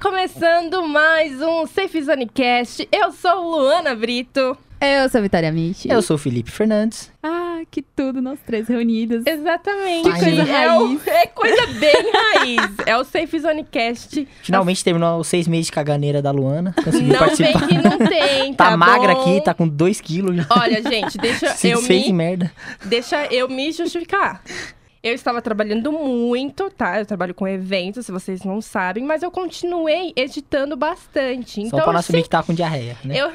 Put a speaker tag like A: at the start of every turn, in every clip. A: Começando mais um Safe Zonecast. Eu sou Luana Brito.
B: Eu sou a Vitória Mitch.
C: Eu sou o Felipe Fernandes.
B: Ah, que tudo, nós três reunidas.
A: Exatamente.
C: Que coisa
A: é, o- é coisa bem raiz. É o Safe Zonecast.
C: Finalmente terminou os seis meses de caganeira da Luana. Consegui
A: Não
C: participar.
A: tem que não tem,
C: tá
A: tá
C: magra
A: bom?
C: aqui, tá com 2 quilos já.
A: Olha, gente, deixa
C: Se
A: eu
C: desfez em
A: me,
C: merda.
A: deixa eu me justificar. Eu estava trabalhando muito, tá? Eu trabalho com eventos, se vocês não sabem, mas eu continuei editando bastante. Então,
C: Só pra
A: eu
C: não assumir
A: sempre-
C: que tá com diarreia, né?
A: Eu...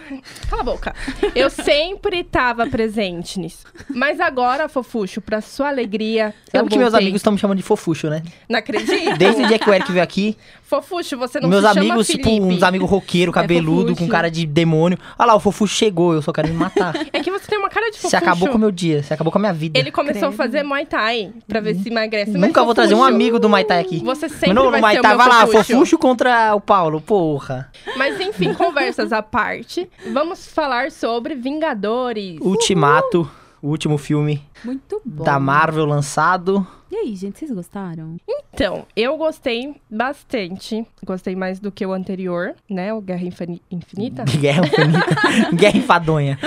A: Cala a boca. Eu sempre tava presente nisso. Mas agora, Fofuxo, pra sua alegria, eu,
C: Eu amo que meus
A: voltei.
C: amigos estão me chamando de fofuxo, né?
A: Não acredito.
C: Desde o dia que o Eric veio aqui,
A: Fofuxo, você não
C: meus
A: se chama
C: amigos,
A: Felipe. É
C: tipo, uns amigos roqueiro, cabeludo,
A: fofuxo.
C: com cara de demônio. Olha lá, o fofuxo chegou, eu só quero me matar.
A: É que você tem uma cara de Fofuxo.
C: Você acabou com o meu dia, você acabou com a minha vida.
A: Ele começou
B: Credo.
A: a fazer Muay Thai pra ver se emagrece. Mas,
C: Nunca vou trazer um
A: Fofuxo,
C: amigo do Maitai aqui.
A: Você sempre
C: Não,
A: vai
C: no Maitai,
A: ser o meu
C: vai lá,
A: Fofuxo.
C: fofuxo contra o Paulo, porra.
A: Mas enfim, conversas à parte, vamos falar sobre Vingadores.
C: Uh. Ultimato, o último filme
B: Muito bom.
C: da Marvel lançado.
B: E aí, gente, vocês gostaram?
A: Então, eu gostei bastante. Gostei mais do que o anterior, né? O Guerra Infini- Infinita.
C: Guerra Infinita. Guerra Enfadonha.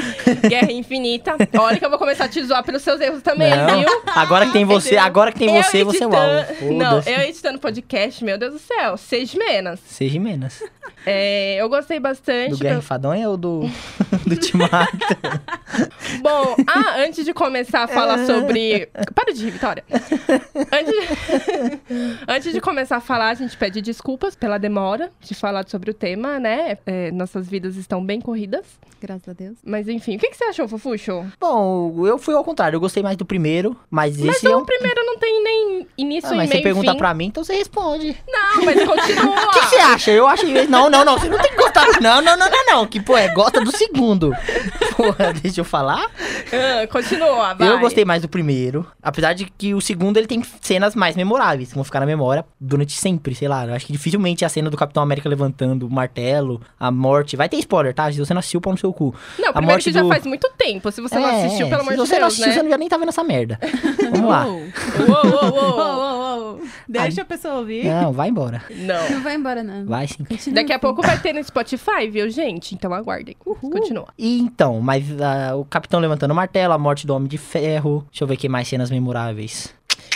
A: Guerra Infinita. Olha que eu vou começar a te zoar pelos seus erros também,
C: Não.
A: viu?
C: Agora que tem você,
A: Entendeu?
C: agora que tem
A: Eu
C: você, você é o alvo.
A: editan- Não,
C: Foda-se.
A: eu editando podcast, meu Deus do céu, seis menas.
C: Seja em Minas.
A: É, eu gostei bastante.
C: Do Guerra Enfadonha ou do, do Timato?
A: Bom, ah, antes de começar a
C: É.
A: falar sobre. Para de rir, Vitória. Antes de... antes de começar a falar, a gente pede desculpas pela demora de falar sobre o tema, né? É, nossas vidas estão bem corridas.
B: Graças a Deus.
A: Mas enfim, o que, que você achou, Fofuxo?
C: Bom, eu fui ao contrário. Eu gostei mais do primeiro, mas, esse é
A: Então,
C: um...
A: o primeiro não tem nem início
C: Ah,
A: e meio.
C: mas você
A: e
C: pergunta
A: fim. Ah.
C: pra mim, então você responde.
A: Não, mas continua.
C: O que você acha? Eu acho... Não, não, não. Você não tem que gostar... Não, não, não, não, não. Que, pô, é gosta do segundo. Porra, deixa eu falar.
A: Ah, continua, vai.
C: Eu gostei mais do primeiro. Apesar de que o segundo ele tem cenas mais memoráveis, que vão ficar na memória durante sempre, sei lá. Eu acho que dificilmente a cena do Capitão América levantando o martelo, a morte. Vai ter spoiler, tá? Se você não assistiu, pau no seu cu.
A: Não,
C: A
A: primeiro
C: morte
A: que já
C: do-
A: faz muito tempo. Se você não
C: É,
A: assistiu,
C: é.
A: pelo amor
C: Se
A: de
C: você não
A: Deus,
C: assistiu, você
A: né?
C: não já nem tá vendo essa merda. Vamos lá.
A: Uou, uou,
B: Oh,
A: uou.
B: oh, oh. Deixa a pessoa ouvir.
C: Não, vai embora.
A: Não.
B: Não vai embora, não.
C: Vai sim.
B: Continua.
A: Daqui a pouco vai ter no Spotify, viu, gente? Então aguardem. Continua.
C: E então, mas ah, o Capitão levantando o martelo, a morte do Homem de Ferro. Deixa eu ver que mais cenas memoráveis.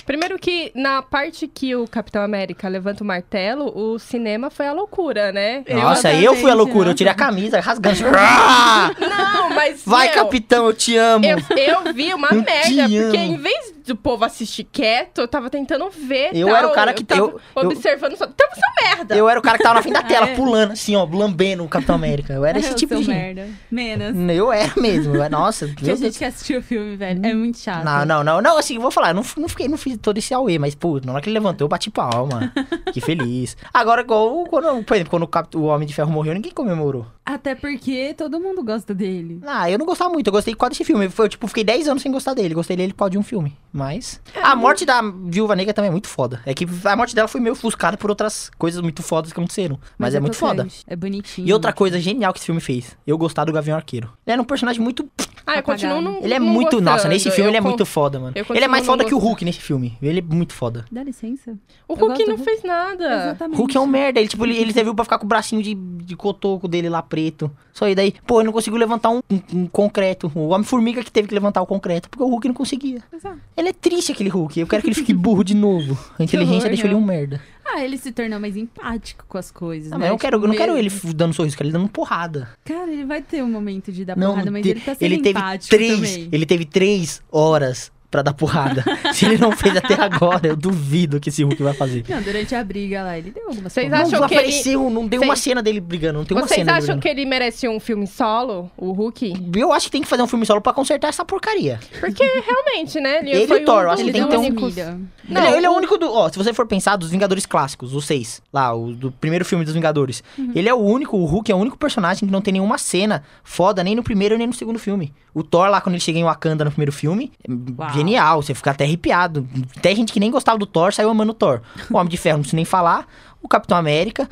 A: Primeiro que na parte que o Capitão América levanta o martelo, o cinema foi a loucura, né?
C: Nossa, eu fui a
B: Exatamente,
C: loucura. Eu
B: nossa.
C: tirei a camisa, rasgando. Ah!
A: Não, mas.
C: Vai,
A: meu,
C: Capitão, eu te amo.
A: Eu, eu vi uma
C: Eu
A: merda,
C: te
A: porque
C: amo.
A: em vez do povo assistir quieto, eu tava tentando ver.
C: Eu
A: tal,
C: era o cara que-
A: tava
C: eu- eu-
A: observando só. Então você é um merda!
C: Eu era o cara que tava na frente da tela,
B: é?
C: pulando, assim, ó, lambendo o Capitão América. Eu era
B: Ah,
C: esse
B: eu
C: tipo
B: sou
C: de gente.
B: merda. Menos.
C: Eu era mesmo. eu era- Nossa, meu
B: Que a
C: Deus.
B: gente que assistiu o filme, velho. É muito chato.
C: Não, não, não, não, assim, eu vou falar, eu não, f- não fiquei, não fiz todo esse auê, mas, pô, na hora que ele levantou, eu bati palma. que feliz. Agora, igual o- quando, por exemplo, quando o, Cap- o Homem de Ferro morreu, ninguém comemorou.
B: Até porque todo mundo gosta dele.
C: Ah, eu não gostava muito, eu gostei quase desse filme. Foi, eu, tipo, fiquei 10 anos sem gostar dele, gostei dele por causa de um filme. Mas.
B: É,
C: A morte da Viúva Negra também é muito foda. É que a morte dela foi meio ofuscada por outras coisas muito fodas que aconteceram. mas é muito foda.
B: tocante, É bonitinho.
C: E outra coisa genial que esse filme fez, eu gostar do Gavião Arqueiro. Ele era um personagem muito.
A: Ah, eu
B: Apagado.
A: continuo não.
C: Ele é
A: não
C: muito.
A: gostando.
C: Nossa, nesse filme
A: Eu
C: ele é
A: con-
C: muito foda, mano.
A: eu
C: Ele é
A: continuo
C: mais
A: não
C: foda que o
A: gostando.
C: Hulk nesse filme. Ele é muito foda.
B: Dá licença.
A: O
B: Eu
A: Hulk
B: gosto do
A: não
B: Hulk.
A: fez nada.
B: Exatamente.
C: Hulk é um merda. Ele, tipo, ele, ele serviu pra ficar com o bracinho de, de cotoco dele lá preto. Só e daí, pô, ele não conseguiu levantar um, um- um concreto. O Homem-Formiga que teve que levantar o concreto, porque o Hulk não conseguia.
B: Exato.
C: Ele é triste aquele Hulk. Eu quero que ele fique burro de novo. A inteligência
B: horror,
C: deixou
B: né?
C: ele um merda.
B: Ah, ele se tornou mais empático com as coisas,
C: Ah,
B: né?
C: mas eu,
A: é
C: não quero, eu
B: Tipo,
C: não quero
B: mesmo.
C: ele f- dando sorriso, eu quero ele dando porrada.
B: Cara, ele vai ter um momento de dar
C: Não,
B: porrada, mas
C: te-
B: ele tá sendo
C: teve
B: empático
C: três,
B: também.
C: ele teve três horas pra dar porrada. Se ele não fez até agora, eu duvido que esse Hulk vai fazer.
B: Não, durante a briga lá, ele deu algumas
A: Vocês
B: porradas.
A: acham
C: não
A: que ele-
C: apareceu, não deu uma
A: Vocês-
C: cena dele brigando, não tem uma
A: Vocês
C: cena dele
A: acham que ele merece um filme solo, o Hulk?
C: brigando. Eu acho que tem que fazer um filme solo pra consertar essa porcaria.
A: Porque realmente, né? Ele,
C: Ele e
A: foi
C: o Thor,
A: um
C: eu acho que
A: dos
C: ele tem que ter
B: deu
C: um-
A: únicos.
B: humilha.
A: Não,
C: ele, é- ele é o
A: o-
C: único do. Ó, se você for pensar dos Vingadores clássicos, os seis, lá, o do primeiro filme dos Vingadores.
A: Uhum.
C: Ele é o único, o Hulk é o único personagem que não tem nenhuma cena foda, nem no primeiro nem no segundo filme. O Thor lá, quando ele chega em Wakanda no primeiro filme, é
B: Uau.
C: genial, você fica até arrepiado. Até gente que nem gostava do Thor saiu amando o Thor. O Homem de Ferro, não precisa nem falar. O Capitão América.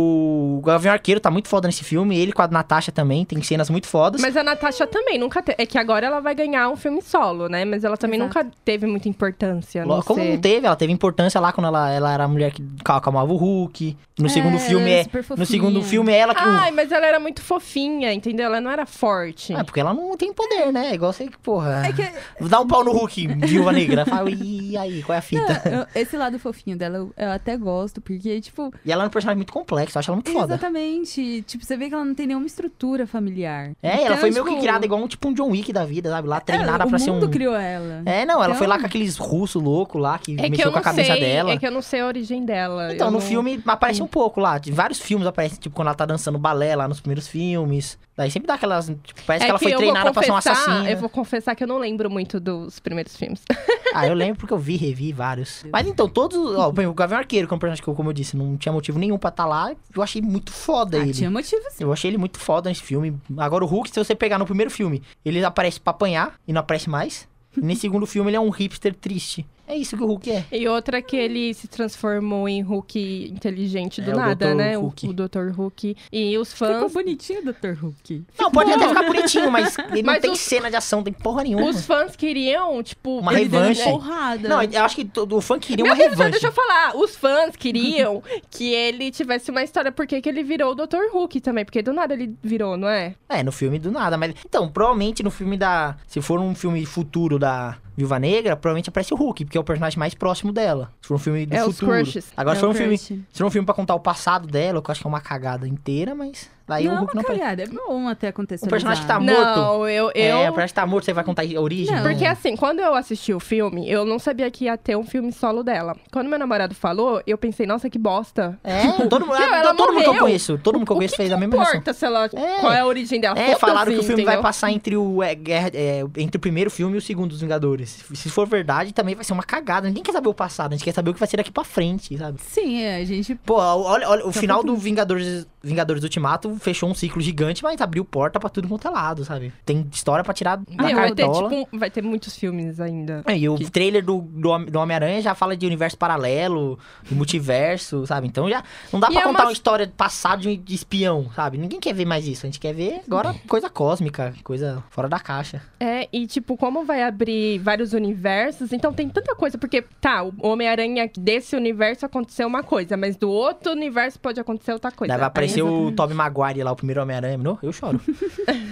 C: O Gavião Arqueiro tá muito foda nesse filme. Ele com a Natasha também, tem cenas muito fodas.
A: Mas a Natasha também nunca teve. É que agora ela vai ganhar um filme solo, né? Mas ela também
B: Exato.
A: nunca teve muita importância.
C: Lo-
A: Não
C: Como
A: sei.
C: não teve, ela teve importância lá quando ela, ela era a mulher que cal- acalmava o Hulk. No
B: É,
C: segundo
B: ela
C: filme
B: era
C: é.
B: super
C: No
B: fofinha.
C: segundo filme é ela que. o-
A: Ai, mas ela era muito fofinha, entendeu? Ela não era forte.
C: Ah, porque ela não tem poder, né? Igual você que, porra.
B: É que
C: Dá um pau no Hulk, viúva negra. Fala, e aí, qual é a fita?
B: eu- esse lado fofinho dela eu, eu até gosto, porque, tipo,
C: E ela é um personagem muito complexo, eu acho ela muito É foda.
B: exatamente. Tipo, você vê que ela não tem nenhuma estrutura familiar.
C: É, ela
B: Então,
C: foi meio
B: tipo,
C: que criada igual um tipo um John Wick da vida, sabe?
A: É,
C: Lá treinada
B: ela,
C: pra
B: o
C: ser um.
B: mundo criou ela.
C: É, não, ela foi lá
B: Então-
C: com aqueles russos loucos lá que
A: É que
C: mexeu
A: eu
C: com
A: não
C: a cabeça
A: sei.
C: dela.
A: É que eu não sei a origem dela.
C: Então,
A: Eu
C: no
A: não-
C: filme aparece um pouco lá. De vários filmes aparece, tipo, quando ela tá dançando balé lá nos primeiros filmes. Daí sempre dá aquelas. Tipo, parece
A: É
C: que ela foi
A: eu vou
C: treinada pra um ser uma
A: confessar-
C: assassina.
A: Eu vou confessar que eu não lembro muito dos primeiros filmes.
C: Ah, eu lembro porque eu vi, revi vários. Mas então, todos. Ó, o Gavião Arqueiro, que é um personagem que, eu, como eu disse, não tinha motivo nenhum pra estar lá. Eu achei muito foda
B: Ah,
C: ele.
B: tinha motivo sim.
C: Eu achei ele muito foda nesse filme. Agora, o Hulk, se você pegar no primeiro filme, ele aparece pra apanhar e não aparece mais. E nesse segundo filme, ele é um hipster triste. É isso que o Hulk é.
A: E outra que ele se transformou em Hulk inteligente do
C: É, o
A: nada,
C: Dr.
A: né?
C: Hulk.
A: O, o Dr. Hulk. E os
B: Ficou
A: fãs.
B: bonitinho, Dr. Hulk.
C: Não, pode até ficar bonitinho, mas ele não
A: Mas
C: tem
A: os-
C: cena de ação, tem porra nenhuma.
A: Os fãs queriam, tipo.
C: Uma
A: ele
B: Ele dando
C: revanche.
B: Porrada.
C: Não, é, eu acho que todo- o fã queria uma
A: Meu Deus do céu,
C: revanche.
A: deixa eu falar. Os fãs queriam que ele tivesse uma história. Por que que ele virou o Dr. Hulk também? Porque do nada ele virou, não é?
C: É, no filme do nada, mas. Então, provavelmente no filme da. Se for um filme futuro da Viúva Negra, provavelmente aparece o Hulk, porque é o personagem mais próximo dela. Se for um filme do
A: É, os
C: futuro.
A: crushes.
C: Agora,
B: É
C: se for
B: o
C: um filme.
B: crush.
C: Se for um filme pra contar o passado dela, que eu acho que é uma cagada inteira, mas. Daí
B: não,
C: o Hulk não aparece.
B: cagada, é bom até acontecer.
C: O personagem que tá morto.
A: Não, eu. eu...
C: É, o personagem tá morto, você vai contar a origem?
B: Não.
A: Porque assim, quando eu assisti o filme, eu não sabia que ia ter um filme solo dela. Quando meu namorado falou, eu pensei, nossa, que bosta.
C: É, todo, mundo-
A: Não, ela
C: todo mundo que eu
A: morreu.
C: conheço, todo mundo que eu
A: O
C: conheço
A: que
C: fez
A: que
C: a mesma reação.
A: importa se ela...
C: É.
A: qual é a origem dela?
C: É,
A: Foda-se,
C: falaram que o filme vai
A: entendeu?
C: passar entre o, é, guerra, é, entre o primeiro filme e o segundo dos Vingadores. Se for verdade, também vai ser uma cagada. Ninguém quer saber o passado, a gente quer saber o que vai ser daqui pra frente, sabe?
B: Sim, é, a gente.
C: Pô, olha, olha o
A: Tá
C: final do Vingadores, Vingadores Ultimato fechou um ciclo gigante, mas abriu porta pra tudo quanto é lado, sabe? Tem história pra tirar da
A: Meu, vai ter,
C: cartola.
A: tipo, um- vai ter muitos filmes ainda.
C: É, E o trailer do, do Hom- do Homem-Aranha já fala de universo paralelo, de multiverso, sabe? Então já não dá
A: E
C: pra
A: é
C: contar
A: uma-
C: uma história de passado de, de espião, sabe? Ninguém quer ver mais isso. A gente quer ver agora coisa cósmica, coisa fora da caixa.
A: É, e tipo, como vai abrir vários universos, então tem tanta coisa, porque tá, o Homem-Aranha desse universo aconteceu uma coisa, mas do outro universo pode acontecer outra coisa.
C: Daí vai aparecer o Tobey Maguire lá, o primeiro Homem-Aranha. Não, eu choro.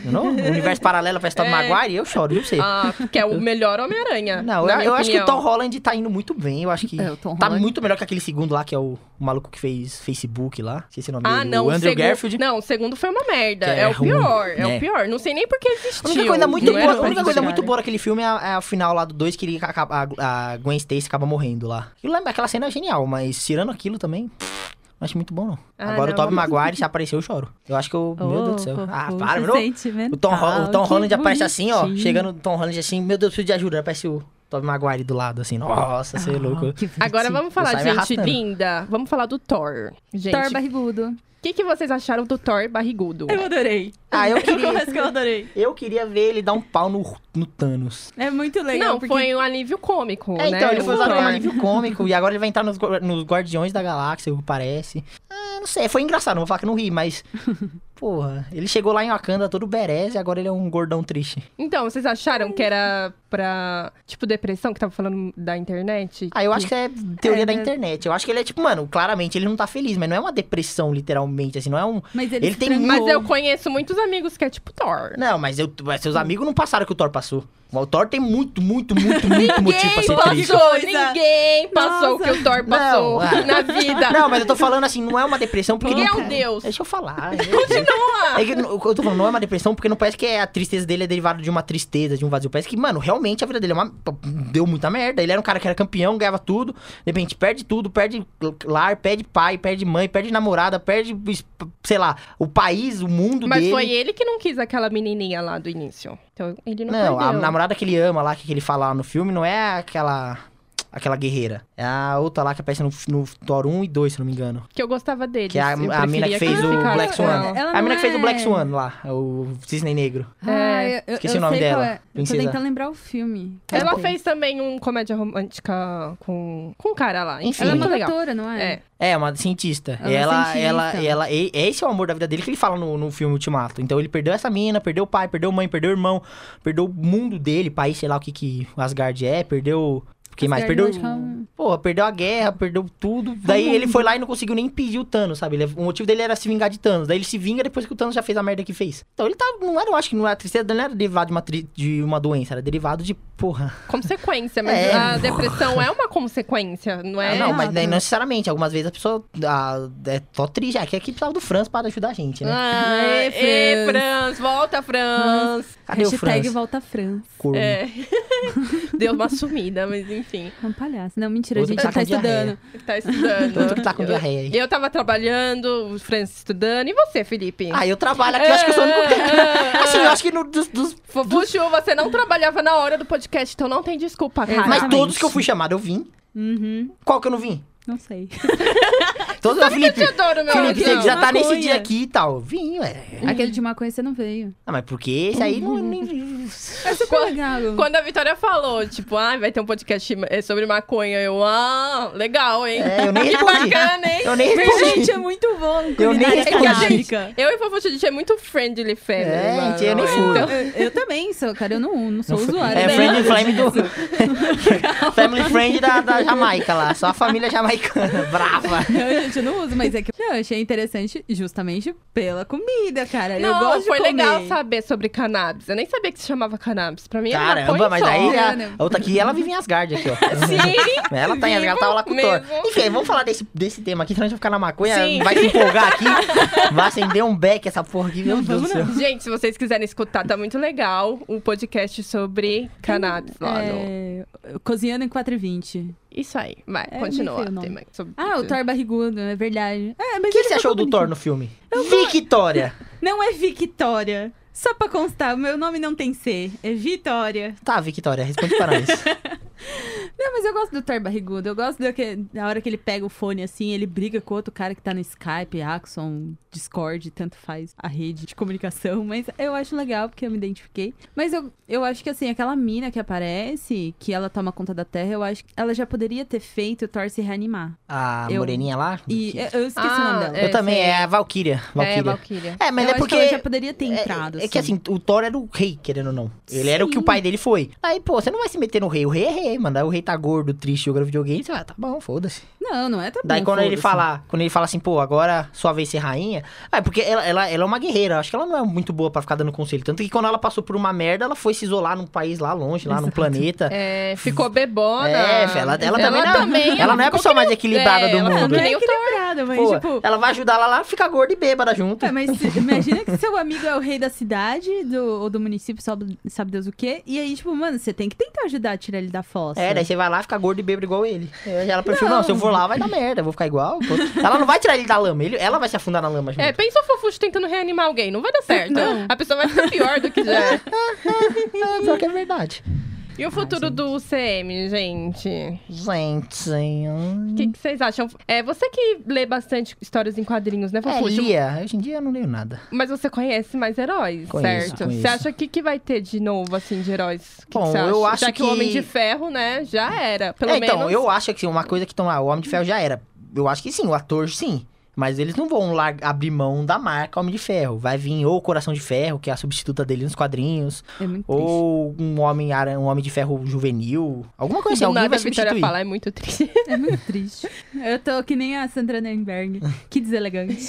C: não? O universo paralelo aparece o Tobey
A: É.
C: Maguire? Eu choro, viu você?
A: Ah, que é o melhor Homem-Aranha.
C: Não,
A: na
C: eu,
A: minha
C: eu acho que o
A: opinião.
C: Tom Holland tá indo muito bem. Eu acho que
B: É, o Tom
C: tá
B: Holland-
C: muito melhor que aquele segundo lá, que é o, o maluco que fez Facebook lá. Não sei se o nome
A: Ah,
C: dele.
A: não.
C: o Andrew
A: segu-
C: Garfield.
A: Não, o segundo foi uma merda.
C: Que
A: É,
C: é
A: o
C: ruim,
A: pior, é,
C: né?
A: o pior. Não sei nem por que
C: A
A: existiu.
C: única coisa muito
A: Não
C: boa,
A: era
C: a
A: pra né?
C: única coisa
A: existir.
C: muito boa daquele filme é a, é a final lá do 2 que ele acaba, a, a Gwen Stacy acaba morrendo lá. Aquilo lá- Aquela cena é genial, mas tirando aquilo também. Não acho muito bom, não.
A: Ah,
C: Agora o
A: não,
C: Tobey
A: mas-
C: Maguire, se aparecer, eu choro. Eu acho que eu. meu Deus do céu. ah, para, meu.
B: meu.
C: O Tom, Ho- o Tom Holland aparece assim, ó. Chegando o Tom Holland assim, meu Deus, preciso de ajuda. Aparece o Tobey Maguire do lado, assim. Nossa,
A: Ah.
C: você é louco.
A: Agora vamos falar,
C: saio me
A: gente
C: arrastando.
A: linda. Vamos falar do Thor. Gente,
B: Thor
A: o
B: barrigudo.
A: que, que vocês acharam do Thor barrigudo?
B: Eu adorei.
C: Ah, eu
B: Eu
C: queria.
B: confesso que eu adorei.
C: Eu queria ver ele dar um pau no, no Thanos.
B: É muito legal.
A: Não,
B: porque...
A: foi um alívio cômico,
C: É,
A: né?
C: então, ele
A: O
C: foi usar
A: Thor.
C: um alívio cômico e agora ele vai entrar nos, gu- nos Guardiões da Galáxia, o que parece. Ah, não sei, foi engraçado, não vou falar que eu não ri, mas. Porra, ele chegou lá em Wakanda todo berés e agora ele é um gordão triste.
A: Então, vocês acharam que era pra, tipo, depressão, que tava falando da internet?
C: Ah, eu acho que é teoria
B: É,
C: da
B: né?
C: internet. Eu acho que ele é tipo, mano, claramente ele não tá feliz, mas não é uma depressão, literalmente, assim, não é um.
B: Mas ele,
C: Ele
B: se
C: tem
B: trancou.
A: Mas eu conheço muitos amigos que é tipo Thor.
C: Não, mas, eu, mas seus amigos não passaram o que o Thor passou. O Thor tem muito, muito, muito, muito motivo pra ser tipo, assim, triste.
A: passou,
B: Que coisa.
A: ninguém passou o que o Thor passou
C: ah.
A: na vida.
C: Não, mas eu tô falando assim, não é uma depressão porque.
A: Ele
C: não-
A: é um deus.
C: Deixa eu falar. Continua! É que eu eu tô falando, não é uma depressão porque não parece que é a tristeza dele é derivada de uma tristeza, de um vazio. Parece que, mano, realmente a vida dele é uma- deu muita merda. Ele era um cara que era campeão, ganhava tudo. De repente perde tudo, perde lar, perde pai, perde mãe, perde namorada, perde, sei lá, o país, o mundo
A: Mas
C: dele.
A: foi ele que não quis aquela menininha lá do início. Então, ele não,
C: Não, a
A: perdeu.
C: namorada que ele ama lá, que ele fala lá no filme, não é aquela. aquela guerreira. É a outra lá que aparece no, no Thor 1 e 2, se não me engano.
A: Que eu gostava deles.
C: Que é a,
A: eu
C: a mina
A: preferia
C: que fez
A: eles
C: o
A: ficassem
C: Black
A: com ela.
C: Swan.
B: Ah,
C: né?
B: ela
C: a
B: não
C: mina que fez o
B: é-
C: Black Swan lá, o Cisne Negro.
A: É,
B: Ah, eu,
C: esqueci
B: eu
C: o nome
B: sei qual
C: dela,
B: é. Eu tô
C: princesa.
B: tentando lembrar o filme.
A: Ela é
B: Ela
A: fez também um comédia romântica com, com um cara lá. Enfim,
B: é uma
A: muito legal.
B: cantora, não é?
A: É.
C: É, uma cientista.
B: Ela é
C: Ela,
B: cientista.
C: ela, ela, e- esse é o amor da vida dele que ele fala no, no filme Ultimato. Então ele perdeu essa mina, perdeu o pai, perdeu a mãe, perdeu o irmão, perdeu o mundo dele, país, sei lá o que que Asgard é, perdeu. o que mais?
B: Asgard
C: Perdeu.
B: não, acho que ela- é
C: Porra, perdeu a guerra, perdeu tudo. Daí ele foi lá e não conseguiu nem impedir o Thanos, sabe? Ele- é, o motivo dele era se vingar de Thanos. Daí ele se vinga depois que o Thanos já fez a merda que fez. Então ele tá. Não era, eu acho que não era tristeza, dele, não era derivado de uma, tri- de uma doença, era derivado de. Porra.
A: Consequência, mas
C: É.
A: a depressão é uma consequência, não
C: Ah,
A: é?
C: não, mas
B: errado,
C: daí
B: né?
C: não necessariamente. Algumas vezes a pessoa ah, é só triste. Aqui é que precisava do Franz para ajudar a gente, né?
A: Ah,
B: Ê,
A: ê,
B: Franz.
A: Franz, volta, Franz.
C: Cadê o
B: Hashtag
C: Franz?
B: volta a França.
C: Corno.
A: É. Deu uma sumida, mas enfim.
B: É um palhaço. Não, mentira, a
C: Outro
B: gente tá,
C: que tá com
B: estudando.
A: Tá estudando.
C: Outro que tá com diarreia aí.
A: Eu tava trabalhando, o Franz estudando. E você, Felipe?
C: Ah, eu trabalho aqui, eu acho que eu sou o único que... Assim, eu acho que no, dos, dos-
A: Fuxu, você não trabalhava na hora do podcast, então não tem desculpa, cara.
C: Mas
B: Exatamente.
C: todos que eu fui chamado, eu vim.
B: Uhum,
C: Qual que eu não vim?
B: não sei.
C: Todos, eu, Felipe,
A: Eu te adoro, meu
C: Felipe, você
A: anjão.
C: já tá nesse
B: Maconha.
C: dia aqui e tal. Vim, ué.
B: Aquele de maconha você não veio.
C: Ah, mas por que esse aí não... nem-
B: É super legal.
A: Quando a Vitória falou, tipo, ah, vai ter um podcast é, sobre maconha, eu, ah, legal, hein?
C: É, eu nem respondi.
A: Bacana, hein?
C: Eu nem
B: Mas,
C: respondi.
B: gente, é muito bom.
C: Eu nem
B: culinária
C: respondi.
B: canábica.
A: Eu e Fofuxu, a gente é muito friendly family.
C: É,
A: mano.
C: gente, eu nem fui.
A: Então,
B: Eu, eu também sou, cara. Eu não, não sou usuária.
C: É,
B: né?
C: friend flame do... Family friend da, da Jamaica lá. Só a família jamaicana. Brava.
B: Não, gente, eu não uso, mas é que não, eu achei interessante justamente pela comida, cara. eu
A: Não,
B: gosto de
A: foi
B: comer.
A: legal
C: Ah,
A: saber sobre cannabis. Eu nem sabia que se chamava cannabis. Pra mim era maconha
C: Caramba, mas
A: só.
C: aí é a,
B: né?
C: a outra aqui, ela vive em Asgard aqui, ó.
A: Sim.
C: Ela tá em Asgard,
A: Vivo
C: tava lá com o Thor.
A: mesmo.
C: Enfim, vamos falar desse, desse tema aqui, senão a gente vai ficar na maconha,
A: Sim.
C: vai se empolgar aqui, vai acender um beck essa porra aqui, meu Deus do céu.
A: Gente, se vocês quiserem escutar, tá muito legal o podcast sobre cannabis lá no...
B: É, Cozinhando em 4,20.
A: Isso aí, vai,
B: É,
A: continua.
B: nem sei o nome.
A: tema sobre-
B: Ah, o Thor barrigudo, é verdade. É, mas
C: O que,
B: ele
C: você
B: ficou
C: achou do
B: bonito.
C: Thor no filme? Victória!
B: Não é Victória. Só pra constar, meu nome não tem C. É Vitória.
C: Tá, Victória, responde para nós.
B: Não, mas eu gosto do Thor barrigudo. Eu gosto daque- da hora que ele pega o fone assim, ele briga com outro cara que tá no Skype, Axon, Discord, tanto faz a rede de comunicação. Mas eu acho legal porque eu me identifiquei. Mas eu, eu acho que assim, aquela mina que aparece, que ela toma conta da Terra, eu acho que ela já poderia ter feito o Thor se reanimar.
C: A
B: Eu-
C: moreninha lá?
B: E
C: Que-
B: eu, eu esqueci o
A: Ah,
B: nome dela.
C: Eu
A: é,
C: também,
A: sei.
C: é a Valkyria.
A: É,
C: Valkyria.
A: Valkyria.
C: É, mas
B: Eu
C: é
B: acho
C: porque...
B: que ela já poderia ter entrado.
C: É, é que assim, o Thor era o rei, querendo ou não. Ele era o que o
B: Sim.
C: pai dele foi. Aí, pô, você não vai se meter no rei. O rei é rei, mano. Aí o rei tá gordo, triste, jogando videogame. Você vai, tá bom, foda-se.
B: Não, não é tão
C: Daí
B: bom,
C: quando ele
B: foda-se.
C: fala, quando ele fala assim, pô, agora sua vez ser rainha. Ah, é porque ela, ela, ela é uma guerreira, acho que ela não é muito boa pra ficar dando conselho. Tanto que quando ela passou por uma merda, ela foi se isolar num país lá longe, lá num
B: Exato.
C: planeta.
A: É, ficou bebona.
C: É, fé, ela- ela também não- ela não é a
A: ficou
C: pessoa
A: que nem-
C: mais equilibrada
A: é,
C: do
A: ela
C: mundo.
A: ficou
B: Não, não
A: que
B: é
A: nem o
B: equilibrada, mas
C: Pô,
B: tipo...
C: ela vai ajudar ela lá, fica gorda e bêbada junto.
B: É, mas se- imagina que seu amigo é o rei da cidade do, ou do município, sabe, sabe Deus o quê? E aí, tipo, mano, você tem que tentar ajudar a tirar ele da fossa.
C: É, daí você vai lá, fica gordo e bêbado igual ele. É, Ela prefere, não. se eu for lá, vai dar merda, eu vou ficar igual. pô. Ela não vai tirar ele da lama, ele- ela vai se afundar na lama junto.
A: É, pensa o Fofuxo tentando reanimar alguém. Não vai dar certo.
B: Não.
A: A pessoa vai ficar pior do que já é.
C: É, pior que é verdade.
A: E o futuro do CM, gente?
C: Gente,
A: O
C: hum.
A: que, que vocês acham? É, você que lê bastante histórias em quadrinhos, né,
C: é,
A: Fofuxo?
C: lia. Hoje em dia eu não leio nada.
A: Mas você conhece mais heróis,
C: Conheço,
A: certo?
C: conheço.
A: Você acha que que vai ter de novo, assim, de heróis? O Que
C: Bom,
A: que você acha?
C: eu acho
A: Já que... o
C: que-
A: Homem de Ferro, né, já era. Pelo
C: é, então,
A: menos...
C: eu acho que assim, uma coisa que estão lá, o Homem de Ferro já era. Eu acho que sim, o ator sim. Mas eles não vão lar- abrir mão da marca Homem de Ferro. Vai vir ou o Coração de Ferro, que é a substituta dele nos quadrinhos,
B: É muito triste.
C: ou um homem, ara- um homem de ferro juvenil. Alguma coisa assim,
A: Do
C: alguém
A: nada a
C: vai
A: Vitória
C: substituir.
A: fala, é muito triste.
B: É muito triste. Eu tô que nem a Sandra Nenberg. Que deselegante.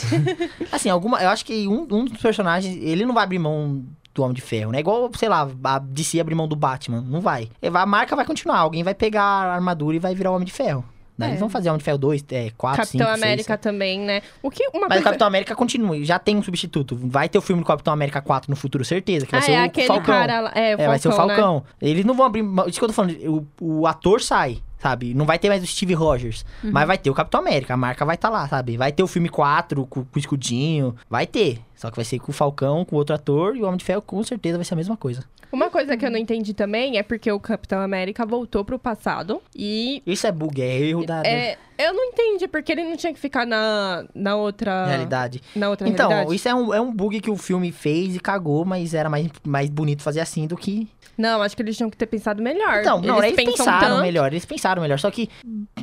C: Assim, alguma. Eu acho que um, um dos personagens, ele não vai abrir mão do Homem de Ferro, né? Igual, sei lá, a DC abrir mão do Batman. Não vai. Ele vai- A marca vai continuar. Alguém vai pegar a armadura e vai virar o Homem de Ferro. Daí
B: É.
C: eles vão fazer Homem de Ferro 2, é, 4,
A: Capitão
C: 5,
A: América também, né? O que uma
C: Mas o
A: coisa...
C: Capitão América continua, já tem um substituto. Vai ter o filme do Capitão América 4 no futuro, certeza, que vai
A: ah,
C: ser
A: é
C: o
A: aquele
C: Falcão.
A: cara lá. É, o
C: é, vai ser o
A: Falcão, né?
C: Falcão. Eles não vão abrir. mão- Isso que eu tô falando, o, o ator sai. sabe? Não vai ter mais o Steve Rogers,
A: Uhum.
C: mas vai ter o Capitão América, a marca vai estar lá, sabe? Vai ter o filme 4 com, com o escudinho, vai ter. Só que vai ser com o Falcão, com outro ator, e o Homem de Ferro com certeza vai ser a mesma coisa.
A: Uma coisa que eu não entendi também é porque o Capitão América voltou pro passado e.
C: Isso é bug, é erro da da
A: é, eu não entendi porque ele não tinha que ficar na, na outra.
C: realidade.
A: Na outra
C: Então,
A: ah, realidade.
C: isso é um, é um bug que o filme fez e cagou, mas era mais, mais bonito fazer assim do que.
A: Não, acho que eles tinham que ter pensado melhor.
C: Então, não, eles
A: pensam
C: pensaram
A: tanto-
C: melhor, eles pensaram melhor. Só que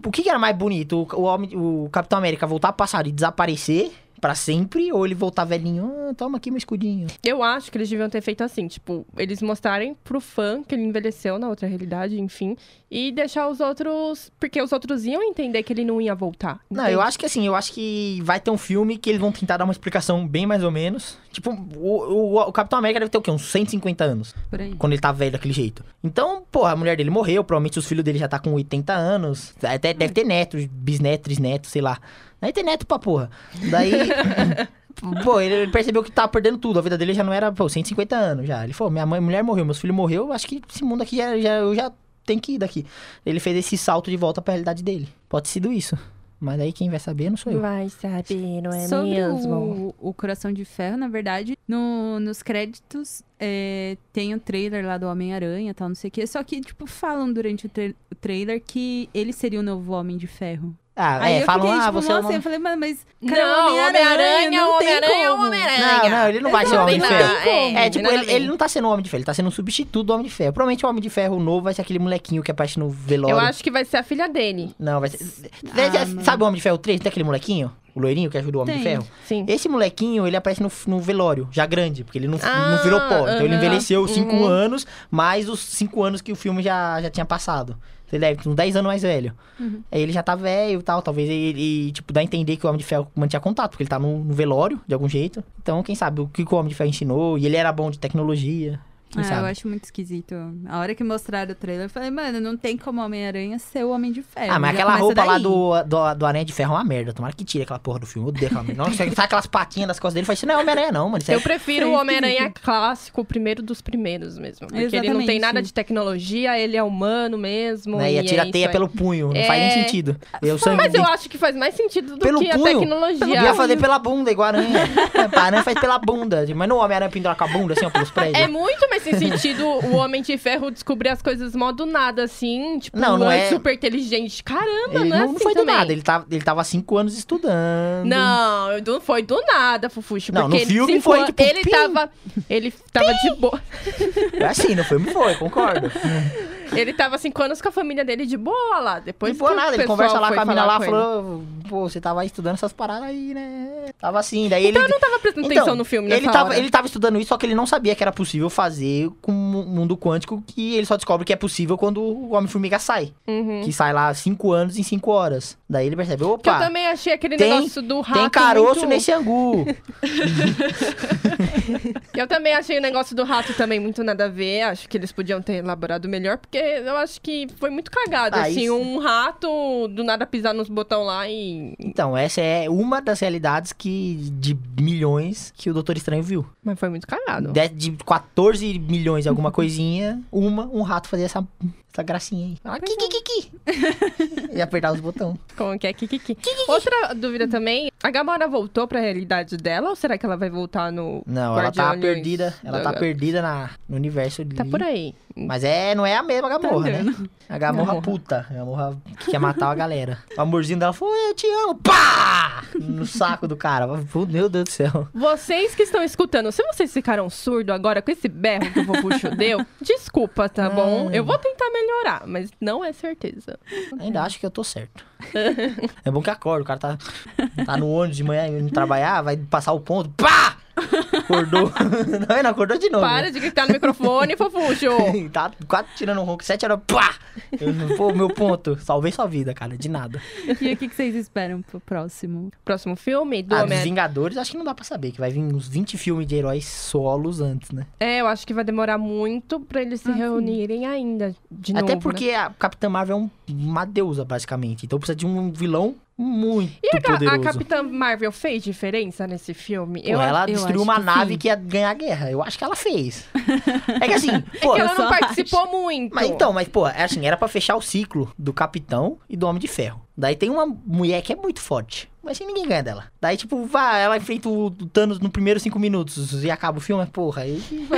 C: o que que era mais bonito? O, o homem, o Capitão América voltar pro passado e desaparecer pra sempre? Ou ele voltar velhinho? Ah, toma aqui meu escudinho.
A: Eu acho que eles deviam ter feito assim, tipo, eles mostrarem pro fã que ele envelheceu na outra realidade, enfim, e deixar os outros. Porque os outros iam entender que ele não ia voltar.
C: Não, eu acho que assim, eu acho que vai ter um filme que eles vão tentar dar uma explicação bem mais ou menos. Tipo, o, o- o Capitão América deve ter o quê? Uns 150 anos.
B: Por aí.
C: Quando ele tá velho daquele jeito. Então, porra, a mulher dele morreu, provavelmente os filhos dele já tá com 80 anos. Até deve ter neto, bisneto, trisneto, sei lá. Aí tem neto pra porra. Daí. Pô, ele ele percebeu que tava perdendo tudo. A vida dele já não era, pô, 150 anos já. Ele falou: minha mãe, mulher morreu, meus filhos morreu. Acho que esse mundo aqui já, já, eu já tenho que ir daqui. Ele fez esse salto de volta pra realidade dele. Pode ter sido isso. Mas aí quem vai saber não sou eu.
A: Vai saber, não é
B: Sobre O, o Coração de Ferro, na verdade, no- nos créditos é, tem o trailer lá do Homem-Aranha e tal, não sei o quê. Só que, tipo, falam durante o, tra- o trailer que ele seria o novo Homem de Ferro.
C: Ah,
B: Aí
C: é,
B: eu
C: falam,
B: fiquei,
C: ah,
B: tipo,
C: você é o
B: nossa,
C: nome-
B: eu falei, mano, mas... Cara,
A: Não,
B: o Homem-Aranha, é
A: Homem-Aranha,
B: não tem
A: Homem-Aranha,
B: como.
A: Homem-Aranha.
C: Não, não, ele não vai ser o Homem de
A: tem
C: Ferro.
A: nada a ver.
C: É, tipo,
A: Nada a
C: ele,
A: ver.
C: ele não tá sendo o Homem de Ferro, ele tá sendo um substituto do Homem de Ferro. Provavelmente o Homem de Ferro novo vai ser aquele molequinho que aparece no velório.
A: Eu acho que vai ser a filha dele.
C: Não, vai ser...
B: Ah,
C: Sabe
B: mano.
C: o Homem de Ferro 3? Tem aquele molequinho? O loirinho que ajudou o Homem de
B: Tem.
C: Ferro?
A: Sim.
C: Esse molequinho, ele aparece no, no velório, já grande, porque ele não,
A: Ah,
C: não virou pó. Então ele
A: aham.
C: envelheceu 5
A: Uhum.
C: anos, mais os 5 anos que o filme já, já tinha passado. Ele deve ter uns 10 anos mais velho.
B: Uhum.
C: Aí ele já tá velho e tal. Talvez ele, tipo, dá a entender que o Homem de Ferro mantinha contato, porque ele tá no, no velório, de algum jeito. Então, quem sabe o que, que o Homem de Ferro ensinou. E ele era bom de tecnologia. Quem
B: Ah, eu
C: sabe?
B: acho muito esquisito. A hora que mostraram o trailer, eu falei, mano, não tem como o Homem-Aranha ser o Homem de Ferro.
C: Ah, mas
B: é, Já
C: aquela
B: começa
C: roupa lá
B: daí.
C: do, do, do Aranha de Ferro é uma merda. Tomara que tire aquela porra do filme. Eu odeio aquela merda. Nossa, sai aquelas patinhas das costas dele. Faz isso não é Homem-Aranha, não, mano. Isso é
A: Eu prefiro o
B: Sim,
A: Homem-Aranha clássico, o primeiro dos primeiros mesmo. Porque ele não tem
B: Exatamente.
A: nada de tecnologia, ele é humano mesmo.
C: né? E
A: e
C: atira
A: é
C: a teia
A: isso aí.
C: pelo punho. Não faz
A: É.
C: nem sentido. E o sangue
A: Mas eu
C: dele-
A: acho que faz mais sentido do
C: Pelo
A: que
C: punho?
A: a tecnologia.
C: Ia fazer pela bunda, igual a aranha. É, a aranha faz pela bunda. Mas não o Homem-Aranha pendurar com a bunda, assim, ó, pelos prédios.
A: É muito mais sem sentido o Homem de Ferro descobrir as coisas mó do nada, assim. Tipo,
C: Não,
A: não,
C: não é-
A: super inteligente. Caramba,
C: ele
A: não é
C: não,
A: assim
C: não foi
A: também.
C: do nada. Ele tava, ele tava há cinco anos estudando.
A: Não, eu não foi do nada, Fufuxo.
C: Não,
A: porque
C: no
A: ele
C: filme
A: cinco
C: foi,
A: an-
C: tipo,
A: Ele
C: pim.
A: tava. Ele tava de boa.
C: É assim, não foi, não foi, concordo.
A: Ele tava cinco anos com a família dele de boa lá. Depois.
C: não foi
A: que o
C: nada. Ele
A: pessoal
C: conversa lá
A: foi
C: com a mina
A: falar
C: lá,
A: com ele.
C: falou... Pô, você tava estudando essas paradas aí, né? Tava assim, daí ele...
A: Então eu não tava prestando
C: Então,
A: atenção no filme, né? nessa
C: ele tava,
A: hora.
C: ele tava estudando isso, só que ele não sabia que era possível fazer com o mundo quântico, que ele só descobre que é possível quando o Homem-Formiga sai.
A: Uhum.
C: Que sai lá cinco anos em cinco horas. Daí ele percebe,
A: Que eu
C: opa,
A: também achei aquele
C: tem-
A: negócio do rato.
C: tem caroço
A: muito...
C: nesse angu.
A: Eu também achei o negócio do rato também muito nada a ver. Acho que eles podiam ter elaborado melhor, porque eu acho que foi muito cagado.
C: Ah,
A: assim,
C: isso.
A: um rato do nada pisar nos botão lá e.
C: Então, essa é uma das realidades que de milhões que o Doutor Estranho viu.
A: Mas foi muito cagado.
C: De, de 14 milhões e alguma coisinha, uma, um rato fazia essa, essa gracinha aí. Ah, ki, ki, ki, ki. e apertar os botões.
A: Como que é? Kikiki. Outra dúvida também: a Gamora voltou pra realidade dela ou será que ela vai voltar no.
C: Não, ela tá
A: Guardiões
C: perdida. Ela
A: da-
C: tá perdida na, no universo
A: Tá
C: ali.
A: por aí.
C: Mas é, não é a mesma Gamorra, né? A Gamorra
A: Tá Gamorra.
C: puta. A Gamorra que quer matar a galera. O amorzinho dela falou, eu te amo. Pá! No saco do cara. Meu Deus do céu.
A: Vocês que estão escutando, se vocês ficaram surdo agora com esse berro que o Vopuxo deu, desculpa, tá bom? Eu vou tentar melhorar, mas não é certeza.
C: Ainda acho que eu tô certo. é bom que acorda, o cara tá, tá no ônibus de manhã indo trabalhar, vai passar o ponto, pá! Acordou. não, ele acordou de novo.
A: Para de gritar no microfone, Fofuxo!
C: Tá quase tirando um ronco, sete horas, pá! Eu, pô, meu ponto. Salvei sua vida, cara, de nada.
B: E o que que vocês esperam pro próximo?
A: Próximo filme do
C: Ah, dos
A: Homem-Aranha.
C: Vingadores, acho que não dá pra saber, que vai vir uns 20 filmes de heróis solos antes, né?
A: É, eu acho que vai demorar muito pra eles se reunirem ainda de novo.
C: Até
A: né?
C: porque a Capitã Marvel é um- uma deusa, basicamente. Então precisa de um vilão muito
A: E a, Ga- a
C: poderoso.
A: Capitã Marvel fez diferença nesse filme?
C: Pô, ela
B: eu
C: destruiu
B: acho
C: uma
B: que
C: nave
B: sim.
C: que ia ganhar a guerra. Eu acho que ela fez. É que assim, pô.
A: que ela
B: eu só
A: não participou muito.
C: Mas então, mas pô, é assim, era pra fechar o ciclo do Capitão e do Homem de Ferro. Daí tem uma mulher que é muito forte, mas assim, ninguém ganha dela. Daí, tipo, vá, ela enfrenta o Thanos no primeiro cinco minutos e acaba o filme, porra. Aí,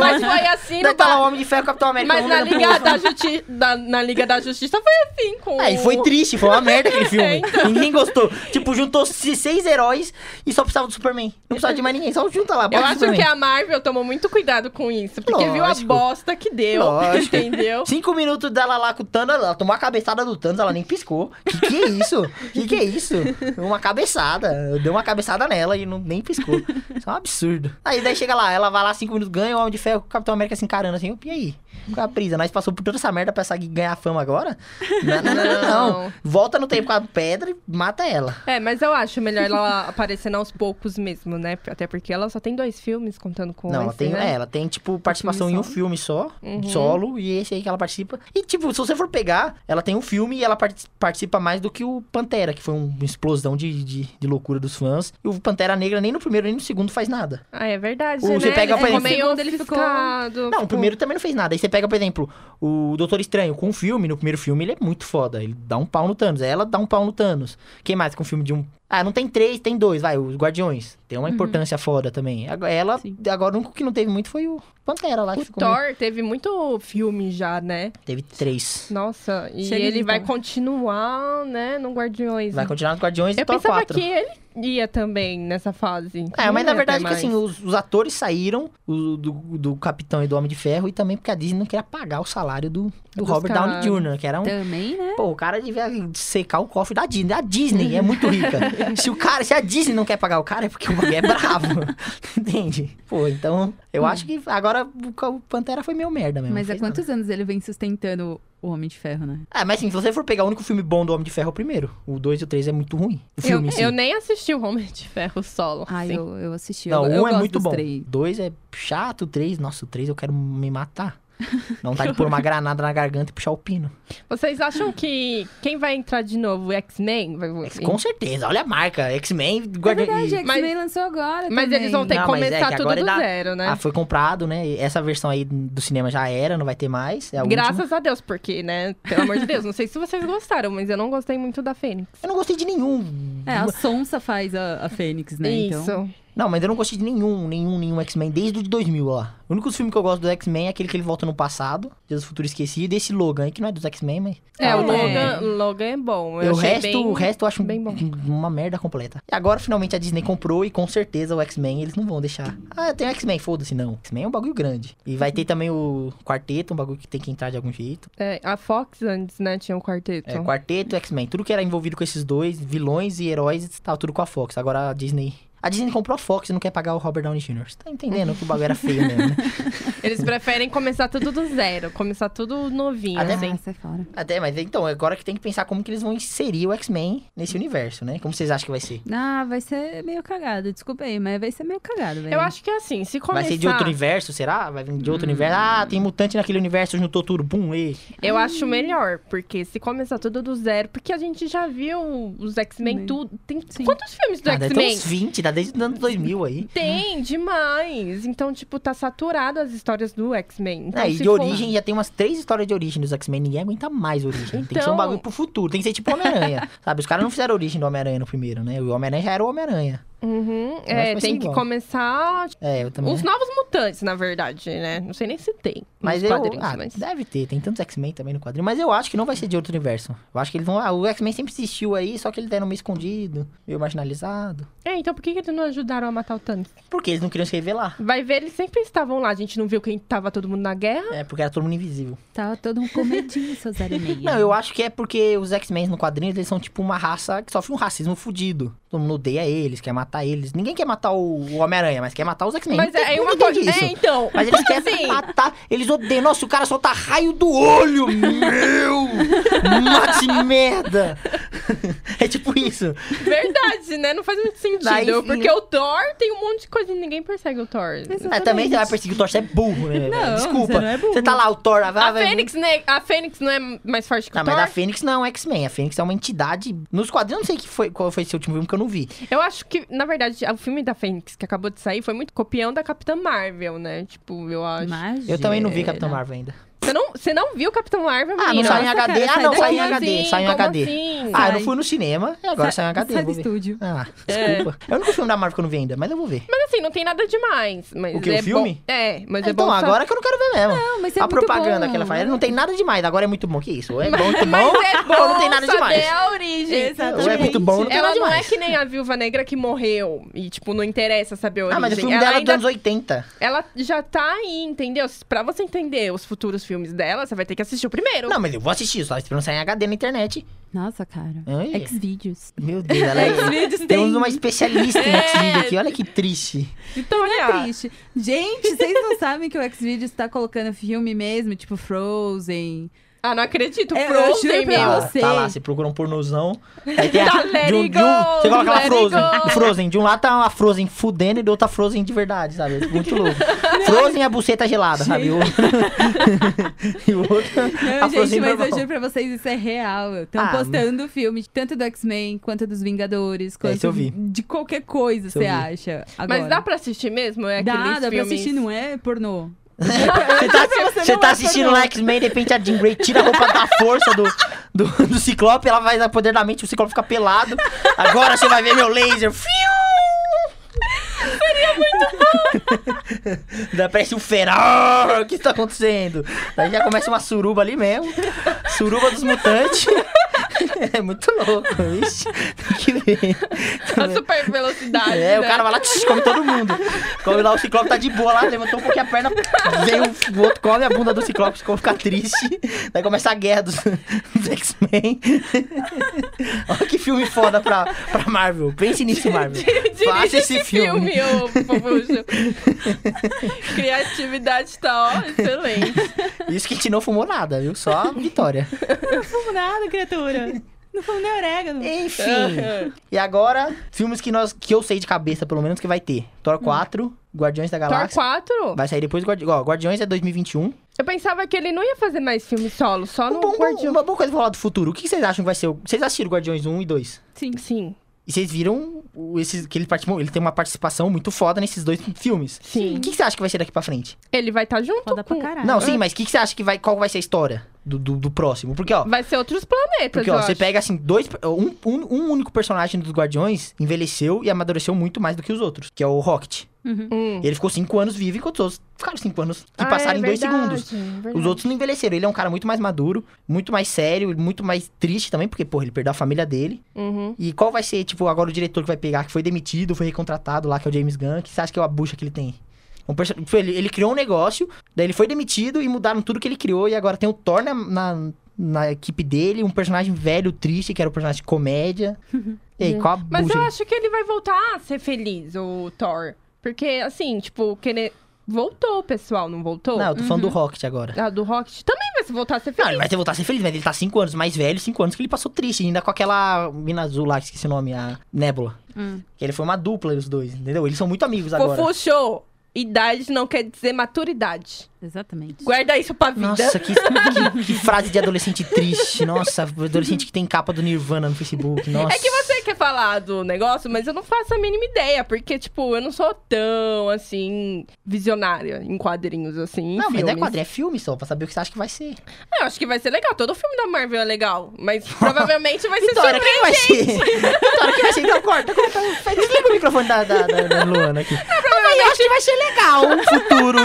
A: Mas foi assim,
C: daí
A: não
C: tá
A: tá...
C: lá o Homem de Ferro e o Capitão América.
A: Mas
C: um
A: na
C: olhando pro
A: Liga,
C: outro.
A: da Justi... da- na Liga da Justiça foi assim com
C: É, e foi
A: o-
C: triste, foi uma merda aquele
A: É,
C: filme. Ninguém gostou. Tipo, juntou se- seis heróis e só precisava do Superman. Não precisava de mais ninguém, só junta lá.
A: Eu
C: bota o
A: acho
C: Superman.
A: que a Marvel tomou muito cuidado com isso, porque viu a
C: Lógico.
A: bosta que deu,
C: Lógico.
A: entendeu?
C: Cinco minutos dela lá com o Thanos, ela tomou a cabeçada do Thanos, ela nem piscou. Que que é isso? Que que é isso? Uma cabeçada. Deu uma cabeçada nela e não, nem piscou. Isso é um absurdo. Aí daí chega lá, ela vai lá cinco minutos, ganha o Homem de Ferro, o Capitão América se encarando assim, e aí? Qual é a brisa? Nós passou por toda essa merda pra essa aqui ganhar fama agora? Não, não, não, não, não. Volta no tempo com a pedra e mata ela.
A: É, mas eu acho melhor ela aparecendo aos poucos mesmo, né? Até porque ela só tem dois filmes contando com
C: Não, ela
A: esse,
C: tem,
A: né? Uhum.
C: é, ela tem, tipo, participação em um filme só, solo, e esse aí que ela participa. E, tipo, se você for pegar, ela tem um filme e ela parti- participa mais do que o Pantera, que foi um- uma explosão de, de, de loucura dos fãs. E o Pantera Negra nem no primeiro nem no segundo faz nada.
A: Ah, é verdade,
C: Ou
A: né?
C: você pega,
A: ele
C: por
A: ficou
C: exemplo,
A: meio tipo,
B: segundo ele ficou-
A: ofuscado,
C: Não, o
A: ficou-
C: primeiro também não fez nada. Aí você pega, por exemplo, o Doutor Estranho com um filme, no primeiro filme ele é muito foda. Ele dá um pau no Thanos, ela dá um pau no Thanos. Quem mais com filme de um... Ah, não tem três, tem dois, vai, os Guardiões. Tem
A: Uhum.
C: uma importância foda também. Ag- Ela,
B: Sim.
C: agora, o único que não teve muito foi o Pantera lá. que
A: O
C: ficou meio-
A: Thor teve muito filme já, né?
C: Teve três.
A: Nossa, e
B: Chega de
A: ele vai
B: Thor.
A: continuar, né, no Guardiões.
C: Vai continuar nos Guardiões e
A: eu
C: Thor
A: pensava
C: 4.
A: que ele ia também nessa fase.
C: É, mas
A: Não
C: na
A: ia
C: verdade é
A: ter
C: que assim,
A: mais.
C: os, os atores saíram o- do, do Capitão e do Homem de Ferro e também porque a Disney não queria pagar o salário do, do
A: Dos
C: Robert
A: caras. Então-
C: Downey Jr., que era um...
B: Também, né?
C: Pô, o cara devia secar o cofre da Disney. A Disney é muito rica. se o cara, se a Disney não quer pagar o cara, é porque o bagulho é bravo. Entende? Pô, então, eu acho que agora o, o Pantera foi meio merda mesmo.
B: Mas
A: é
C: não
B: há
C: fez nada.
B: quantos anos ele vem sustentando o Homem de Ferro, né?
C: Ah, mas assim, se você for pegar o único filme bom do Homem de Ferro, é o primeiro. O 2 e o 3 é muito ruim. O
A: eu,
C: filme, em si.
A: eu nem assisti o Homem de Ferro solo.
B: Ah,
A: assim.
B: eu, eu assisti.
C: Não,
B: eu,
C: um
B: eu
C: é
B: gosto
C: muito
B: dos
C: bom.
B: três.
C: Dois é chato, três, nossa, o três eu quero me matar. Não tá de pôr uma granada na garganta e puxar o pino.
A: Vocês acham que quem vai entrar de novo? O X-Men? Vai-
C: É que Com certeza, olha a marca. X-Men,
B: É
C: Guardiões.
B: verdade, X-Men
A: Mas-
B: lançou agora
A: Mas
B: também.
A: eles vão ter que
C: Não, mas é que
A: começar tudo
C: agora
A: do
C: dá-
A: zero, né?
C: Ah, foi comprado, né? E Essa versão aí do cinema já era, não vai ter mais. É a última.
A: Graças a Deus, porque, né? Pelo amor de Deus, não sei se vocês gostaram, mas eu não gostei muito da Fênix.
C: Eu não gostei de nenhum.
B: É, a Sonsa faz a, a Fênix, né?
A: Isso.
B: Então,
C: Não, mas eu não gostei de nenhum, nenhum, nenhum X-Men desde o de 2000, ó. O único filme que eu gosto do X-Men é aquele que ele volta no passado, Dias do Futuro Esquecido, e esse Logan aí, que não é dos X-Men, mas... né?
A: É, o
B: Ah,
A: Logan,
B: é.
A: Logan é bom. Eu
C: o
A: achei
C: resto,
A: bem-
C: o resto eu acho
A: bem bom.
C: uma merda completa. E agora finalmente a Disney comprou e com certeza o X-Men eles não vão deixar. Ah, tem o X-Men, foda-se não. X-Men é um bagulho grande. E vai ter também o quarteto, um bagulho que tem que entrar de algum jeito.
A: É, a Fox antes, né? Tinha um quarteto.
C: É, quarteto, X-Men, tudo que era envolvido com esses dois, vilões e heróis, tava tudo com a Fox. Agora a Disney A Disney comprou a Fox e não quer pagar o Robert Downey Jr. Você tá entendendo que o bagulho era feio mesmo, né?
A: Eles preferem começar tudo do zero, começar tudo novinho,
C: Até-
A: assim.
B: ah, sai fora.
C: Até, mas então, agora que tem que pensar como que eles vão inserir o X-Men nesse universo, né? Como vocês acham que vai ser?
B: Ah, vai ser meio cagado, desculpa aí, mas vai ser meio cagado, velho.
A: Eu acho que é assim, se começar...
C: né?
A: Hum.
C: Vai ser de outro universo, será? Vai vir de outro universo. Ah, tem mutante naquele universo, juntou tudo, bum, um e...
A: Eu acho melhor, porque se começar tudo do zero, porque a gente já viu os X-Men
B: Sim.
A: tudo. Tem
B: Sim.
A: quantos filmes do
C: Ah, deve ter
A: X-Men?
C: uns 20, dá desde os anos 2000 aí.
A: Tem, demais. Então, tipo, tá saturado as histórias do X-Men. Então,
C: Ah, e
A: se
C: de
A: for-
C: origem, já tem umas três histórias de origem dos X-Men. Ninguém aguenta mais origem. Tem que ser um
A: Então-
C: bagulho pro futuro. Tem que ser tipo Homem-Aranha. sabe? Os caras não fizeram origem do Homem-Aranha no primeiro, né? O Homem-Aranha já era o Homem-Aranha.
A: Uhum,
C: acho que
A: é,
C: vai
A: tem
C: ser
A: que
C: igual.
A: começar. tipo,
C: É, eu também.
A: Os novos mutantes, na verdade, né? Não sei nem se tem.
C: Mas
A: nos
C: eu.
A: quadrinhos,
C: Ah,
A: mas-
C: deve ter. Tem tantos X-Men também no quadrinho. Mas eu acho que não vai ser de outro universo. Eu acho que eles vão. Ah, o X-Men sempre existiu aí, só que ele tá meio escondido, meio marginalizado.
A: É, então por que, que eles não ajudaram a matar o Thanos?
C: Porque eles não queriam se revelar.
A: Vai ver, eles sempre estavam lá. A gente não viu quem tava todo mundo na guerra.
C: É, porque era todo mundo invisível.
B: Tava todo um comedinho, seus aremeia.
C: Não, eu acho que é porque os X-Men no quadrinho, eles são tipo uma raça que sofre um racismo fudido. Todo mundo odeia eles, quer matar eles. Ninguém quer matar o o Homem-Aranha, mas quer matar os X-Men.
A: Mas
C: Não
A: é,
C: tem-
A: é uma
C: ninguém
A: coisa.
C: entende
A: É,
C: isso.
A: então.
C: Mas eles
A: como
C: querem
A: assim?
C: matar. Eles odeiam. Nossa, o cara solta raio do olho, meu! Mate merda! é tipo isso.
A: Verdade, né? Não faz muito sentido.
C: Daí,
A: porque o Thor tem um monte de coisa e ninguém persegue o Thor.
C: É, também você vai perseguir o Thor, você é burro, né? velho?
B: Não,
C: Desculpa.
B: você não é burro.
C: tá lá, o Thor... Ah,
A: A
C: vai-
A: Fênix, né? A Fênix não é mais forte que o
C: Não,
A: Thor?
C: mas a Fênix não é X-Men. A Fênix é uma entidade... Nos quadrinhos, eu não sei que foi, qual foi esse último filme que eu não vi.
A: Eu acho que, na verdade, o filme da Fênix que acabou de sair foi muito copião da Capitã Marvel, né? Tipo, eu acho.
B: Imagina.
C: Eu também não vi
A: né?
C: Capitão Marvel ainda.
A: Você não, você não viu Capitão Marvel,
C: Ah, não
A: menina?
C: saiu em
B: nossa,
C: HD?
B: cara,
C: Ah,
B: sai
C: não,
B: daí.
C: saiu em
A: Como
C: HD.
A: assim?
C: Saiu em
A: Como
C: HD.
A: assim?
C: Ah, eu não
B: Sai.
C: fui no cinema e agora saiu em
B: É,
C: HD.
B: Sai do
C: eu vou ver.
B: estúdio.
C: Ah, desculpa. É o único filme da Marvel que eu não vi ainda, mas eu vou ver.
A: Mas assim, não tem nada demais. Mas
C: O quê? O
A: é
C: filme?
A: bom- É, mas é
C: então,
A: bom.
C: agora que eu não quero ver mesmo.
B: Não, mas é
C: a
B: muito
C: propaganda
B: bom.
C: que ela faz, não tem nada demais, agora é muito bom. Que isso? Ou é bom, muito bom,
A: Mas é bom,
C: ou não tem nada
A: saber
C: demais.
B: É
A: a origem.
B: Exatamente.
C: Ou é muito bom, ou não tem
A: Ela
C: nada
A: não
C: demais.
A: é que nem a Viúva Negra que morreu e, tipo, não interessa saber a origem.
C: Ah, mas o filme
A: ela
C: dela é dos
A: ainda
C: anos 80.
A: Ela já tá aí, entendeu? Pra você entender os futuros filmes dela, você vai ter que assistir o primeiro.
C: Não, mas eu vou assistir, só esperando sair em HD na internet.
B: Nossa, cara.
C: Ai.
B: X-Videos.
C: Meu Deus, ela é...
B: X-Videos
C: Temos uma especialista em X-Video aqui, olha que triste.
A: Então,
C: é
A: olha.
B: Triste. Gente, vocês não sabem que o Xvideos tá colocando filme mesmo, tipo Frozen.
A: Ah, não acredito.
B: É, eu
A: Frozen,
B: juro pra
A: meu.
B: você.
C: Tá, tá lá, você procura um pornozão. Aí tem a,
A: Tá, let
C: de um,
A: it
C: de um-
A: go,
C: você coloca lá
A: let it
C: Frozen.
A: go.
C: o Frozen. De um lado tá uma Frozen fudendo e do outro tá Frozen de verdade, sabe? É Muito louco. Frozen é a buceta gelada, sabe? O- e o outro.
B: Não,
C: a
B: gente,
C: Frozen
B: mas eu
C: normal.
B: juro pra vocês, isso é real. Estão
C: Ah,
B: postando o filme, tanto do X-Men, quanto dos Vingadores,
C: isso
B: quanto
C: eu vi.
B: de qualquer coisa,
C: Isso eu
B: você
C: vi.
B: acha. Agora.
A: Mas dá pra assistir mesmo? É
B: Dá,
A: aqueles
B: dá pra
A: filmes...
B: assistir, não é pornô.
C: Você tá,
B: você
C: você
B: não
C: tá
B: é
C: assistindo o
B: pornô.
C: X-Men, de repente a Jean Grey tira a roupa da força do, do, do Ciclope, ela vai dar poder da mente, o Ciclope fica pelado. Agora você vai ver meu laser. Fiu! Seria muito bom. Parece um feral. O que está acontecendo? Daí já começa uma suruba ali mesmo. Suruba dos mutantes. É muito louco, vixe. Tem que ver.
A: A super velocidade,
C: É, o
A: né?
C: cara vai lá, tch, come todo mundo. Come lá, o Ciclope tá de boa lá, levantou um pouquinho a perna, vem um, o, o outro, come a bunda do Ciclope, o Ciclope fica triste. Daí começa a guerra dos, dos X-Men. Olha que filme foda pra, pra Marvel. Pense nisso, Marvel.
A: Dirige
C: Faça esse filme.
A: filme, ô Pupuxo. Criatividade tá, ó, excelente.
C: Isso que a gente não fumou nada, viu? Só a vitória.
B: Não fumo nada, criatura. Não fumo nem orégano.
C: Enfim. E agora, filmes que, nós, que eu sei de cabeça, pelo menos, que vai ter. Thor 4, Guardiões da
A: Thor
C: Galáxia.
A: 4?
C: Vai sair depois do Guardi... Ó, Guardiões é 2021.
A: Eu pensava que ele não ia fazer mais filme solo, só
C: Um
A: no
C: bom,
A: Guardião.
C: uma boa coisa pra falar do futuro. O que vocês acham que vai ser? o- Vocês assistiram Guardiões 1 e 2?
B: Sim.
A: Sim,
C: E vocês viram o- esses, que ele, participou, ele tem uma participação muito foda nesses dois filmes.
A: sim.
C: O que você acha que vai ser daqui pra frente?
A: Ele vai estar junto
B: Foda pra
A: com-
B: caralho.
C: Não, sim, mas o que você acha que vai. Qual vai ser a história do, do, do próximo? Porque, ó.
A: Vai ser outros planetas,
C: Porque,
A: eu
C: ó, você
A: acho.
C: pega assim, dois. Um, um, um único personagem dos Guardiões envelheceu e amadureceu muito mais do que os outros, que é o Rocket.
A: Hum.
C: Ele ficou cinco anos vivo, enquanto os outros ficaram cinco anos que
A: Ah, é
C: passaram em dois
A: verdade,
C: segundos.
A: verdade.
C: Os outros não envelheceram. Ele é um cara muito mais maduro, muito mais sério, muito mais triste também, porque, porra, ele perdeu a família dele.
A: Uhum.
C: E qual vai ser, tipo, agora o diretor que vai pegar, que foi demitido, foi recontratado lá, que é o James Gunn, que você acha que é a bucha que ele tem? Um perso- tipo, ele, ele criou um negócio, daí ele foi demitido e mudaram tudo que ele criou, e agora tem o Thor na, na, na equipe dele, um personagem velho, triste, que era o personagem de comédia. e aí, qual a
A: Mas
C: bucha?
A: eu acho que ele vai voltar a ser feliz, o Thor. Porque, assim, tipo, que ele... Voltou, pessoal, não voltou? Hum,
C: Não, eu tô falando do Rocket agora.
A: A do Rocket também vai se voltar a ser
C: Não,
A: feliz.
C: Ah, ele vai ter voltar a ser feliz, mas ele tá cinco anos mais velho, cinco anos que ele passou triste, ainda com aquela mina azul lá, que esqueci o nome, a Nebula.
B: Hum.
C: Que ele foi uma dupla, os dois, entendeu? Eles são muito amigos agora.
A: Fofuxo, idade não quer dizer maturidade.
B: Exatamente.
A: Guarda isso pra vida.
C: Nossa, que, que- que frase de adolescente triste. Nossa, adolescente que tem capa do Nirvana no Facebook. Nossa.
A: É que você quer falar do negócio, mas eu não faço a mínima ideia, porque, tipo, eu não sou tão, assim, visionária em quadrinhos, assim, em
C: Não, mas não é
A: filmes.
C: quadrinho, é filme só, pra saber o que você acha que vai ser.
A: É, Eu acho que vai ser legal, todo filme da Marvel é legal, mas provavelmente vai ser
C: Vitória,
A: surpresa.
C: quem vai ser? Vitória, quem vai ser? Então corta, corta. Faz- Desliga o microfone da, da, da, da Luana aqui. Mas eu acho que vai ser legal um futuro.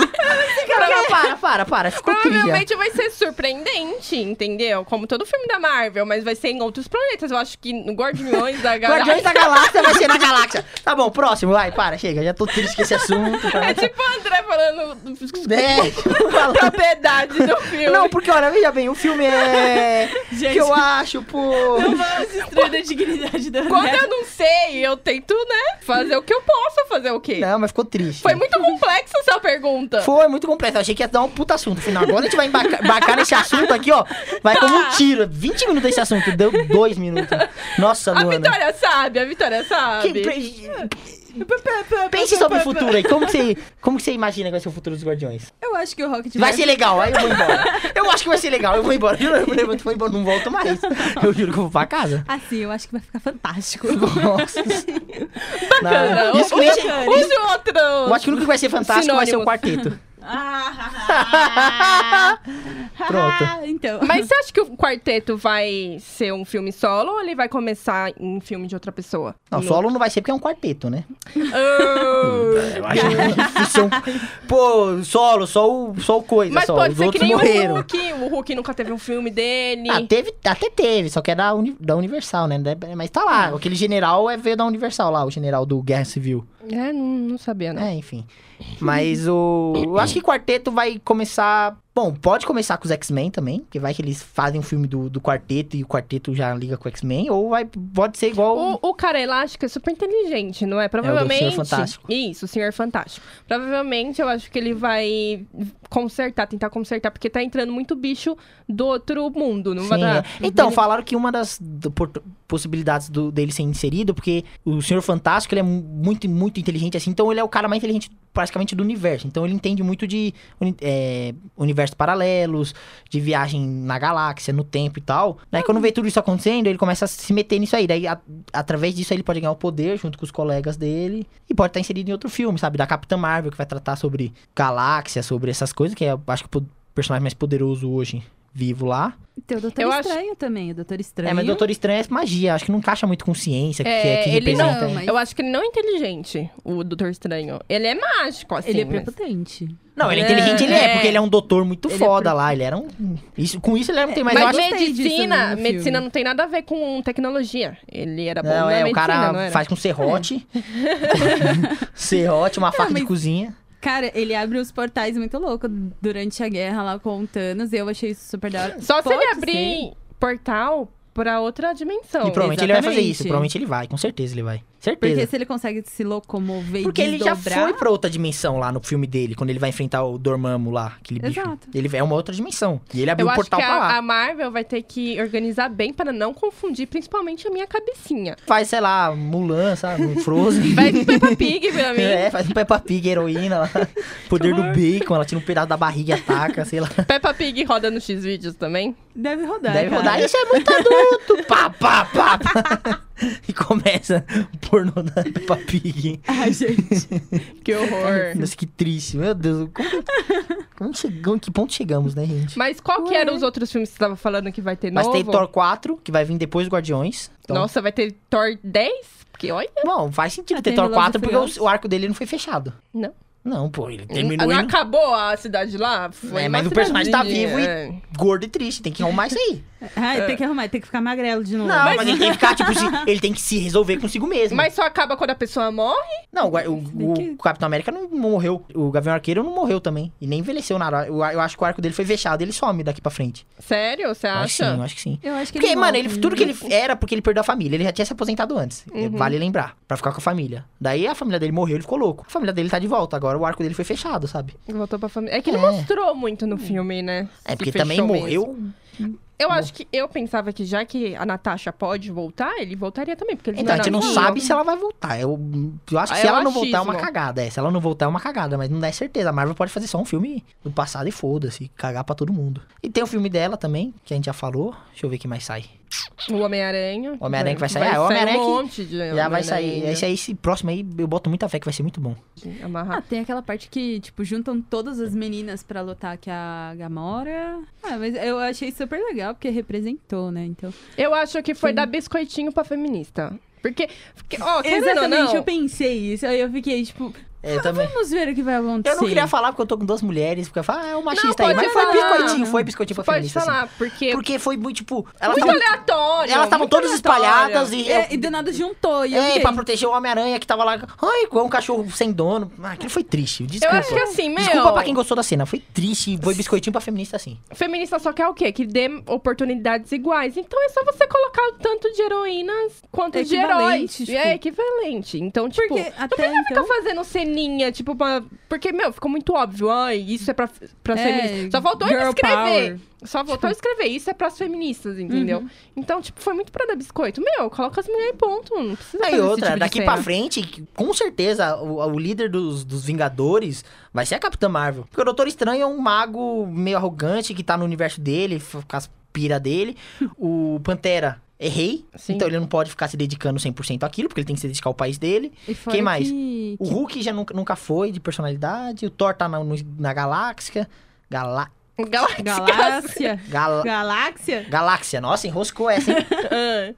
C: Não, para, para, para. Ficou trilha.
A: é? Provavelmente vai ser surpreendente, entendeu? Como todo filme da Marvel, mas vai ser em outros planetas. Eu acho que no Guardiões da Galáxia...
C: Guardiões da Galáxia vai ser na Galáxia. Tá bom, próximo, vai, para, chega. Já tô triste com esse assunto. Para.
A: É tipo o André falando
C: É,
A: propriedade do filme.
C: Não, porque olha, veja bem, o filme é.
B: Gente.
C: que eu acho, pô.
B: vamos destruir a dignidade da
A: Quando
C: é.
A: eu não sei, eu tento, né, fazer o que eu posso fazer o quê?
C: Não, mas ficou triste.
A: Foi muito complexa essa pergunta.
C: Foi muito complexo. Eu achei que ia dar um puta assunto. Afinal, agora a gente vai embarcar, embarcar nesse assunto aqui, ó. Vai como
A: Tá.
C: um tiro. 20 minutos esse assunto. Deu 2 minutos. Nossa,
A: A
C: Luana.
A: Vitória sabe, a Vitória sabe.
C: Que- pre- Pense sobre o futuro aí. Como que você, como que você imagina que vai ser o futuro dos Guardiões?
B: Eu acho que o Rocket
C: Vai ser legal, aí eu vou embora. Eu acho que vai ser legal, eu vou embora. Eu juro, eu levanto e vou embora, não volto mais. Eu juro que eu vou pra casa.
B: Assim, eu acho que vai ficar fantástico.
C: Nossa.
A: Bacana.
C: Não, isso que eu
A: Use,
C: ia-
A: use outro.
C: eu acho que o único que vai ser fantástico vai ser o quarteto. Ah. Pronto.
B: Então.
A: Mas você acha que o quarteto vai ser um filme solo ou ele vai começar em um filme de outra pessoa?
C: Não, solo não vai ser porque é um quarteto, né?
A: Ah,
C: Eu acho que são... Pô, solo, só o, só o coisa,
A: Mas
C: só.
A: pode
C: Os
A: ser que
C: outros
A: nem o
C: morreram.
A: Hulk. O Hulk nunca teve um filme dele.
C: Ah, teve, até teve, só que é da, Uni- da Universal, né? Da- Mas tá
A: Ah.
C: lá, aquele general é veio da Universal lá, o general do Guerra Civil.
A: É, não, não sabia, não.
C: É, enfim. Mas o. Eu acho que quarteto vai começar. Bom, pode começar com os X-Men também, porque vai que eles fazem um filme do, do quarteto e o quarteto já liga com o X-Men, ou vai, pode ser igual.
A: O, o cara elástico é super inteligente, não é? Provavelmente.
C: Fantástico.
A: Isso, o Senhor Fantástico. Provavelmente eu acho que ele vai consertar, tentar consertar, porque tá entrando muito bicho do outro mundo. Não vai
C: Sim,
A: dar...
C: é. Então, falaram que uma das do- por- possibilidades do- dele ser inserido, porque o Senhor Fantástico ele é mu- muito, muito inteligente, assim, então ele é o cara mais inteligente praticamente do universo. Então ele entende muito de uni- é, universos paralelos, de viagem na galáxia, no tempo e tal. Daí quando vê tudo isso acontecendo, ele começa a se meter nisso aí. Daí, a- através disso, aí ele pode ganhar o poder junto com os colegas dele. E pode estar inserido em outro filme, sabe? Da Capitã Marvel, que vai tratar sobre galáxia, sobre essas coisas, que é, acho que o po- personagem mais poderoso hoje vivo lá.
B: Tem o Doutor é
A: Eu acho-
B: Estranho também, o Doutor Estranho.
C: É, mas Doutor Estranho é magia, acho que não encaixa muito com ciência, que é, que
A: ele
C: representa.
A: não,
C: é.
A: Eu acho que ele não é inteligente, o Doutor Estranho. Ele é mágico, assim.
B: Ele é
C: né?
A: mas-
B: prepotente.
C: Não, ele é inteligente, ele é,
A: É.
C: porque ele é um doutor muito
B: Ele é
C: foda
B: pro-
C: lá, ele era um... Isso, com isso ele era um... Mas,
A: Mas,
C: eu acho...
B: gostei disso no
A: medicina,
B: filme.
A: medicina não tem nada a ver com tecnologia. Ele era bom
C: Não,
A: na
C: é,
A: medicina,
C: o cara
A: não era?
C: faz com serrote. serrote, uma faca de
B: mas-
C: cozinha.
B: Cara, ele abre os portais muito louco durante a guerra lá com o Thanos. E eu achei isso super da hora.
A: Só se
B: Pode
A: ele abrir portal pra outra dimensão.
C: e provavelmente ele vai fazer isso,
B: exatamente.
C: provavelmente ele vai, com certeza ele vai.
B: Porque
C: Certeza.
B: se ele consegue se locomover e
C: Porque ele já
B: desdobrar,
C: foi pra outra dimensão lá no filme dele, quando ele vai enfrentar o Dormammu lá, aquele bicho.
B: Exato.
C: Ele é uma outra dimensão. E ele abriu
A: Eu
C: o
A: acho que
C: um portal pra lá.
A: a, a Marvel vai ter que organizar bem para não confundir, principalmente a minha cabecinha.
C: Faz, sei lá, Mulan, sabe? Um Frozen.
A: Vai vir Peppa Pig pra mim.
C: É, faz um Peppa Pig, heroína lá. Poder do bacon, ela tira um pedaço da barriga e ataca, sei lá.
A: Peppa Pig roda no X-Vídeos também.
B: deve rodar.
C: Deve
B: cara.
C: rodar, isso é muito adulto! Pá, pá, pá, pá. E começa o pornô da Peppa Pig. hein?
B: Ai, gente.
A: Que horror.
C: Nossa, que triste, meu Deus. Como, como chegamos, que ponto chegamos, né, gente?
A: Mas qual que eram os outros filmes que você tava falando que vai ter
C: Mas
A: novo?
C: tem Thor 4, que vai vir depois do Guardiões. Então,
A: Nossa, vai ter Thor 10? Porque olha.
C: Bom, faz sentido
B: Ah,
C: ter
B: tem
C: Thor
B: Velozes e
C: 4, porque o,
B: Furiosos.
C: o arco dele não foi fechado.
A: Não. ah,
C: Não, pô, ele terminou
A: Não
C: indo
A: acabou a cidade lá? Foi
C: É,
A: uma
C: mas o personagem tá
A: cidadezinha,
C: vivo e-
A: é.
C: gordo e triste, tem que arrumar isso aí.
B: Ai, tem que arrumar, tem que ficar magrelo de novo.
C: É. Não, mas, ele tem que ficar, tipo, se- ele tem que se resolver consigo mesmo.
A: Mas só acaba quando a pessoa morre?
C: Não, o, Gua- o- o
B: que-
C: Capitão América não morreu. O Gavião Arqueiro não morreu também. E nem envelheceu na hora. Eu, eu acho que o arco dele foi fechado. Ele some daqui pra frente.
A: Sério? Você
C: Eu acho que
A: acha?
C: sim, eu acho que sim.
B: Eu acho que
C: Porque,
B: ele
C: mano,
B: volta,
C: ele,
B: né?
C: tudo que ele
A: Uhum.
C: era porque ele perdeu a família. Ele já tinha se aposentado antes. É, Vale lembrar. Pra ficar com a família. Daí a família dele morreu, ele ficou louco. A família dele tá de volta. Agora o arco dele foi fechado, sabe?
A: Voltou pra família. É que ele
C: É.
A: mostrou muito no filme, né?
C: É,
A: Se
C: porque também
A: fechou
C: morreu.
A: mesmo. Eu acho que eu pensava que já que a Natasha pode voltar, ele voltaria também. Porque eles
C: Então, a gente
A: eram
C: não
A: amigos.
C: sabe se ela vai voltar. Eu, eu acho que
A: Ah,
C: se
A: é o
C: ela não voltar é uma
A: achismo.
C: cagada. É, se ela não voltar é uma cagada, mas não dá certeza. A Marvel pode fazer só um filme do passado e foda-se, cagar pra todo mundo. E tem o filme dela também, que a gente já falou. Deixa eu ver que mais sai.
A: O Homem-Aranha.
C: O Homem-Aranha que vai sair. Ah, é, o Homem-Aranha
A: um
C: que
A: monte de
C: já
A: Homem-Aranha.
C: vai sair. Esse, aí, esse próximo aí, eu boto muita fé que vai ser muito bom.
B: Ah,
A: Amarrar.
B: tem aquela parte que, tipo, juntam todas as meninas pra lutar que é a Gamora. Ah, mas eu achei super legal, porque representou, né? Então.
A: Eu acho que foi dar biscoitinho pra feminista. Porque, porque, ó, querendo ou
B: Exatamente,
A: não...
B: eu pensei isso. Aí eu fiquei, tipo,
C: Eu também.
B: vamos ver o que vai acontecer.
C: Eu não queria falar porque eu tô com duas mulheres, porque eu falo, ah, é um machista
A: Não,
C: aí.
A: pode
C: Mas foi
A: falar.
C: biscoitinho, foi biscoitinho pra
A: Pode
C: feminista. assim.
A: falar, porque...
C: Porque foi muito, tipo. Elas
A: muito
C: tavam-
A: aleatório.
C: elas estavam
A: muito
C: todas
A: aleatório.
C: espalhadas e.
B: É, e do nada juntou. E eu
C: É,
B: fiquei,
C: pra proteger o Homem-Aranha que tava lá. Ai, igual um cachorro sem dono. Ah, aquilo foi triste.
A: Eu
C: Desculpa.
A: acho que assim, meu...
C: Desculpa pra quem gostou da cena. Foi triste. Foi biscoitinho pra feminista assim.
A: Feminista só quer o quê? Que dê oportunidades iguais. Então é só você colocar o tanto de heroínas quanto de
B: Equivalente,
A: heróis.
B: tipo.
A: É equivalente. Então, tipo,
B: Porque até
A: fica
B: então.
A: fazendo ceninha, tipo uma... Porque, meu, ficou muito óbvio. Ai, isso é pra, pra
B: É,
A: feministas. Só faltou ele
B: girl
A: escrever.
B: power. Uhum.
A: Só faltou escrever. Isso é pras feministas, entendeu? Então, tipo, foi muito pra dar biscoito. Meu, coloca as mulheres e ponto. Não precisa fazer
C: Aí
A: esse
C: é outra,
A: tipo de
C: daqui
A: cena.
C: pra frente, com certeza, o, o líder dos, dos Vingadores vai ser a Capitã Marvel. Porque o Doutor Estranho é um mago meio arrogante que tá no universo dele, f- com as pira dele. o Pantera é rei,
A: Sim.
C: então ele não pode ficar se dedicando 100% àquilo, porque ele tem que se dedicar ao país dele.
B: E fora
C: Quem mais?
B: que-
C: O Hulk já nunca, nunca foi de personalidade, o Thor tá na, no- na galáxia. Galá...
A: Galáxia.
B: Galáxia.
C: Galá...
B: Galáxia?
C: Galáxia, nossa, enroscou essa, hein?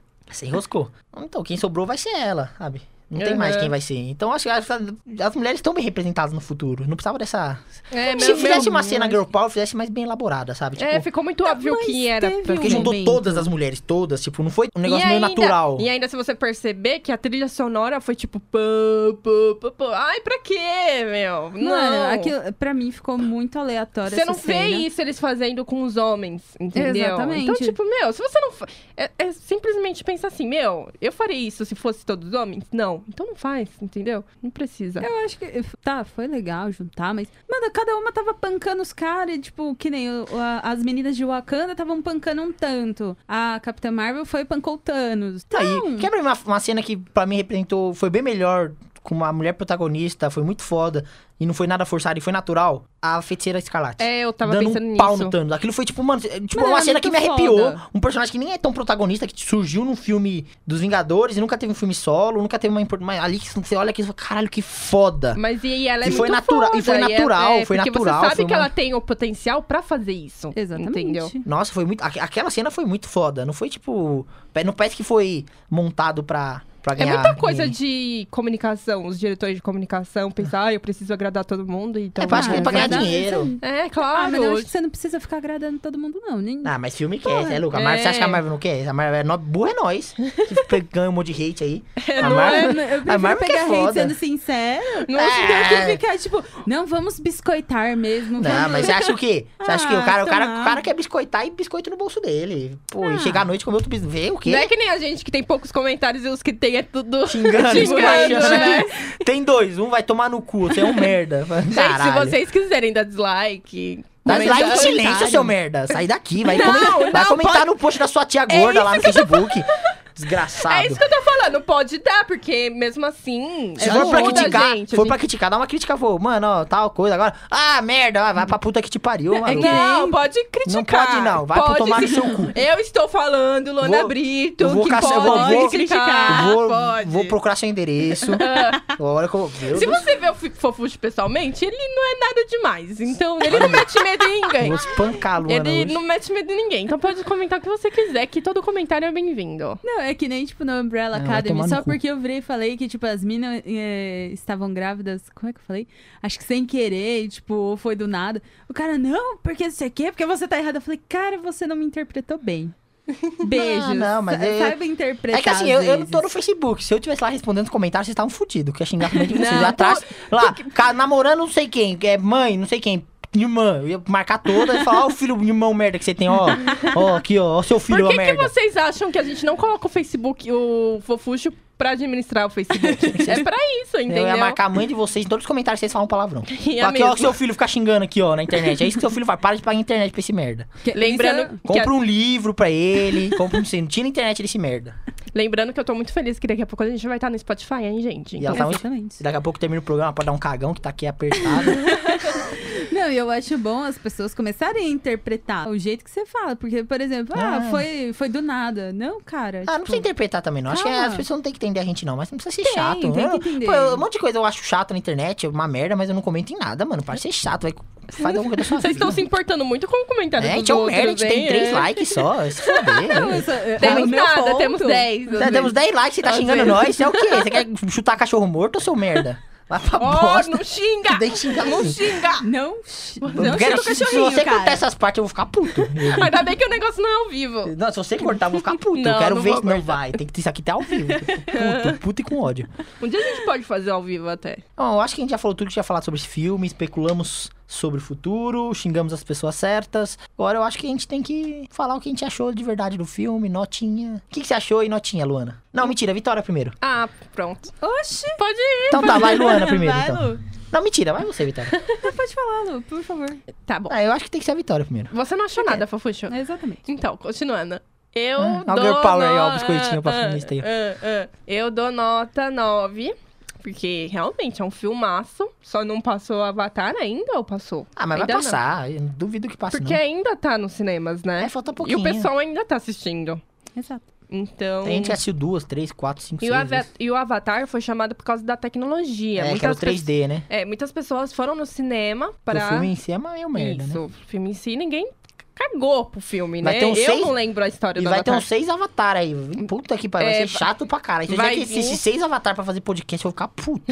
A: Ah,
C: Você enroscou. Então, quem sobrou vai ser ela, sabe? Não tem
A: Uhum.
C: mais quem vai ser. Então, acho que as, as mulheres estão bem representadas no futuro. Não precisava dessa.
A: é,
C: Se
A: meu-
C: fizesse
A: meu-
C: uma cena Girl Power, fizesse mais bem elaborada, sabe? Tipo,
A: É, ficou muito óbvio
B: mas
A: que era.
B: teve
A: pra-
B: um
C: porque juntou
B: momento.
C: todas as mulheres, todas. Tipo, não foi um negócio
A: e
C: meio
A: ainda,
C: natural.
A: E ainda se você perceber que a trilha sonora foi tipo. Pã, pã, pã, pã. Ai, pra quê, meu? Não,
B: Mano, aquilo é pra mim ficou muito aleatório
A: Você
B: essa
A: não vê
B: cena.
A: isso eles fazendo com os homens, entendeu?
B: Exatamente.
A: Então, tipo, meu, se você não. fa- É, é simplesmente pensar assim, meu, eu faria isso se fosse todos homens? Não. Então não faz, entendeu? Não precisa.
B: Eu acho que. Tá, foi legal juntar, mas. Mano, cada uma tava pancando os caras, e, tipo, que nem o- a- as meninas de Wakanda estavam pancando um tanto. A Capitã Marvel foi e pancou o Thanos. Então,
C: Tá Aí, quebra uma, uma cena que pra mim representou. Foi bem melhor, com uma mulher protagonista, foi muito foda. E não foi nada forçado e foi natural. A feiticeira escarlate.
A: É, eu tava
C: dando
A: pensando
C: um
A: nisso.
C: pau no Thanos. Aquilo foi tipo, mano, é, tipo
B: Mano,
C: uma
B: era
C: cena que me
B: muito
C: arrepiou.
B: foda.
C: Um personagem que nem é tão protagonista, que surgiu num filme dos Vingadores, e nunca teve um filme solo, nunca teve uma import- mas Ali que você olha aqui e fala, caralho, que foda.
A: Mas e, e ela é
C: E foi
A: muito
C: natura-
A: foda,
C: e foi
A: é-
C: natural,
A: é,
C: foi
A: porque
C: natural,
A: Você sabe
C: foi
A: que
C: uma-
A: ela tem o potencial pra fazer isso.
B: Exatamente.
A: Entendeu?
C: Nossa, foi muito. aque- Aquela cena foi muito foda. Não foi tipo. pa- Não parece que foi montado pra, pra
A: É
C: ganhar.
A: muita coisa
C: dinheiro.
A: de comunicação, os diretores de comunicação pensar, ah, eu preciso agradar todo mundo, então...
C: É, acho que é pra ganhar
B: verdade.
C: dinheiro.
A: É,
B: Ah, mas eu
A: claro.
B: acho que você não precisa ficar agradando todo mundo, não. Nem...
C: Ah, mas filme quer,
B: Porra.
C: é louco. A Marvel, Você acha que a
A: É.
C: Marvel não quer? A Marvel é no... burra é nós. Que ganha um monte de hate aí.
A: É,
C: a
B: Não, eu-
C: Marvel.
B: eu
C: a
B: prefiro
C: Marvel que é
B: pegar hate
C: foda.
B: sendo sincera.
A: Não,
B: do que
C: É.
B: ficar, tipo, não, vamos biscoitar mesmo.
C: Não,
B: vamos-
C: mas você acha o quê? Você acha que o
B: Ah,
C: cara, o cara,
B: tomar.
C: o cara quer biscoitar e biscoito no bolso dele. Pô,
B: Ah.
C: e chegar à noite e comer outro biscoito. Vê o quê?
A: não é que nem a gente que tem poucos comentários e os que tem é tudo...
C: Xingando,
A: Xingando,
C: esculachando.
A: né?
C: Tem dois, um vai tomar no cu, você é um merda.
A: Gente, se
C: Caralho.
A: vocês quiserem dar dislike...
C: Dá
A: comentar-
C: like em silêncio,
B: comentário.
C: seu merda. Sai daqui, vai,
A: Não,
C: comen- vai
A: não,
C: comentar no post da sua tia
A: É
C: gorda lá no
A: isso
C: Facebook. Desgraçado.
A: É isso que eu tô falando, pode dar, porque mesmo assim...
C: Se
A: é
C: for pra
A: muda a
C: criticar,
A: gente, a
C: for
A: gente-
C: pra criticar, dá uma crítica, pô. Mano, ó, tal coisa agora. Ah, merda, ó, vai pra puta que te pariu,
A: É
C: maluco.
B: que-
A: Não, pode criticar.
C: pode não, vai pro tomar no
A: sim.
C: seu cu.
A: Eu estou falando, Lona
C: Vou-
A: Brito,
C: eu vou
A: que
C: caçar- eu
A: pode
C: vou- vou-
A: criticar.
C: vou,
A: Ah, pode.
C: vou procurar seu endereço. Olha como. Meu
A: Se
C: Deus,
A: você vê o Fico Fofuxo pessoalmente, ele não é nada demais. Então, ele não mete medo em ninguém.
C: vou espancar a Luana
A: É. Ele
C: hoje.
A: não mete medo em ninguém. Então pode comentar o que você quiser, que todo comentário é bem-vindo.
B: Não, é que nem, tipo, no Umbrella
C: Ah, vai
B: Academy,
C: tomar no
B: só
C: cu.
B: porque eu virei e falei que, tipo, as minas eh, estavam grávidas, como é que eu falei? Acho que sem querer, e, tipo, ou foi do nada. O cara, não, porque não sei o quê, porque você tá errado. Eu falei, cara, você não me interpretou bem. Beijo.
C: Ah, não, mas é-
B: Sabe interpretar
C: É que assim,
B: às
C: eu, eu não tô no
B: vezes.
C: Facebook. Se eu tivesse lá respondendo os comentários, vocês estavam fodidos. Que ia xingar também de vocês.
A: Não,
C: lá atrás, lá, ca- namorando não sei quem, é mãe, não sei quem, irmã. Eu ia marcar todas e falar, ó o filho de irmão merda que você tem, ó. Ó aqui, ó, ó seu filho,
A: Por
C: ó
A: que, que
C: merda.
A: vocês acham que a gente não coloca o Facebook, o Fofuxo, pra administrar o Facebook? é pra isso, entendeu?
C: Eu ia marcar a mãe de vocês em todos os comentários, vocês falam um palavrão.
A: Ia
C: aqui, ó,
A: mesmo.
C: que seu filho fica xingando aqui, ó, na internet. É isso que seu filho faz. Para de pagar internet pra esse merda.
B: Que- isso é-
A: Lembrando
B: eu-
A: que a-
C: Compra um livro pra ele, compra um... Não tira a internet desse merda.
A: Lembrando que eu tô muito feliz que daqui a pouco a gente vai estar no Spotify, hein, gente? Então,
C: E ela tá muito-
B: Exatamente.
C: Se daqui a pouco termina o programa, pode dar um cagão que tá aqui apertado.
B: Não, e eu acho bom as pessoas começarem a interpretar o jeito que você fala. Porque, por exemplo, ah,
C: Ah.
B: foi, foi do nada. Não, cara.
C: Ah, não
B: tipo,
C: precisa interpretar também, não. Acho que é,
B: calma.
C: as pessoas não têm que entender a gente, não. Mas não precisa ser
B: Tem,
C: chato.
B: tem que
C: Eu-
B: entender.
C: Pô, eu- um monte de coisa eu acho chato na internet, é uma merda, mas eu não comento em nada, mano. Para de ser chato, vai. Faz alguma coisa da sua
A: Vocês
C: vida.
A: estão se importando muito com o comentário
C: É, a
A: dos
C: gente é um merda, a
A: outros,
C: gente tem
A: hein?
C: três
A: É.
C: likes só. Se foder.
B: Não, isso- é- é o
A: Temos
B: meu
A: nada,
B: ponto.
A: temos dez.
C: Nós Temos 10 likes, você tá
A: Às
C: xingando
A: vezes.
C: nós. Isso é o quê? Você quer chutar cachorro morto ou seu merda? Vai pra
A: Oh,
C: bosta.
A: não xinga!
C: Deixa xingar
A: Não
C: mesmo.
A: xinga!
B: Não, x- não
C: Eu quero-
B: chuta o
C: se, se
B: cachorrinho,
C: você
B: cara.
C: cortar essas partes, eu vou ficar puto.
A: Ainda bem que o negócio não é ao vivo.
C: Não, se você cortar, eu vou ficar puto.
A: Não,
C: eu quero
A: não
C: ver.
A: vou
C: Não vai, tem que isso aqui tá ao vivo. Puto, puto e com ódio.
A: Um dia a gente pode fazer ao vivo até.
C: Bom, eu acho que a gente já falou tudo que tinha falado sobre esse filme, especulamos sobre o futuro, xingamos as pessoas certas. Agora eu acho que a gente tem que falar o que a gente achou de verdade do filme, notinha. O que, que você achou e notinha, Luana? Não, mentira, Vitória primeiro.
A: Ah, pronto.
B: Oxi!
A: Pode ir.
C: Então tá, vai Luana primeiro,
B: Vai,
C: então.
B: Lu.
C: Não, mentira, vai você, Vitória.
B: Pode falar, Lu, por favor.
A: Tá bom.
C: Ah, eu acho que tem que ser a Vitória primeiro.
A: Você não achou nada, Fofuxo?
B: É, exatamente.
A: Então, continuando. Eu
C: Ah,
A: dou...
C: olha o girl power aí, ó,
A: no-
C: biscoitinho pra
A: ah,
C: feminista aí, ó.
A: ah, ah. Eu dou nota 9, porque realmente é um filmaço. Só não passou Avatar ainda ou passou?
C: Ah, mas
A: Ainda
C: vai
A: não.
C: passar. eu duvido que passe,
A: Porque
C: não.
A: ainda tá nos cinemas, né?
C: É, falta
A: e
C: pouquinho.
A: o pessoal ainda tá assistindo.
B: Exato.
A: Então...
C: Tem gente é que assistiu duas, três, quatro, cinco,
A: E
C: seis.
A: o,
C: vezes.
A: Ava- e o Avatar foi chamado por causa da tecnologia.
C: É,
A: muitas
C: que era o
A: pe-
C: 3D, né?
A: É, muitas pessoas foram no cinema
C: Porque
A: pra...
C: O filme em si é meio merda,
A: Isso,
C: né?
A: o filme em si, ninguém cagou pro filme,
C: Vai
A: né?
C: ter um
A: Eu
C: seis-
A: não lembro a história
C: E
A: do
C: vai ter
A: Avatar.
C: uns seis avatar aí. Puta que pariu, vai
A: É,
C: ser chato pra caralho. Se eu
A: vai
C: tiver que assistir
A: vir-
C: seis avatar pra fazer podcast, eu vou ficar puto.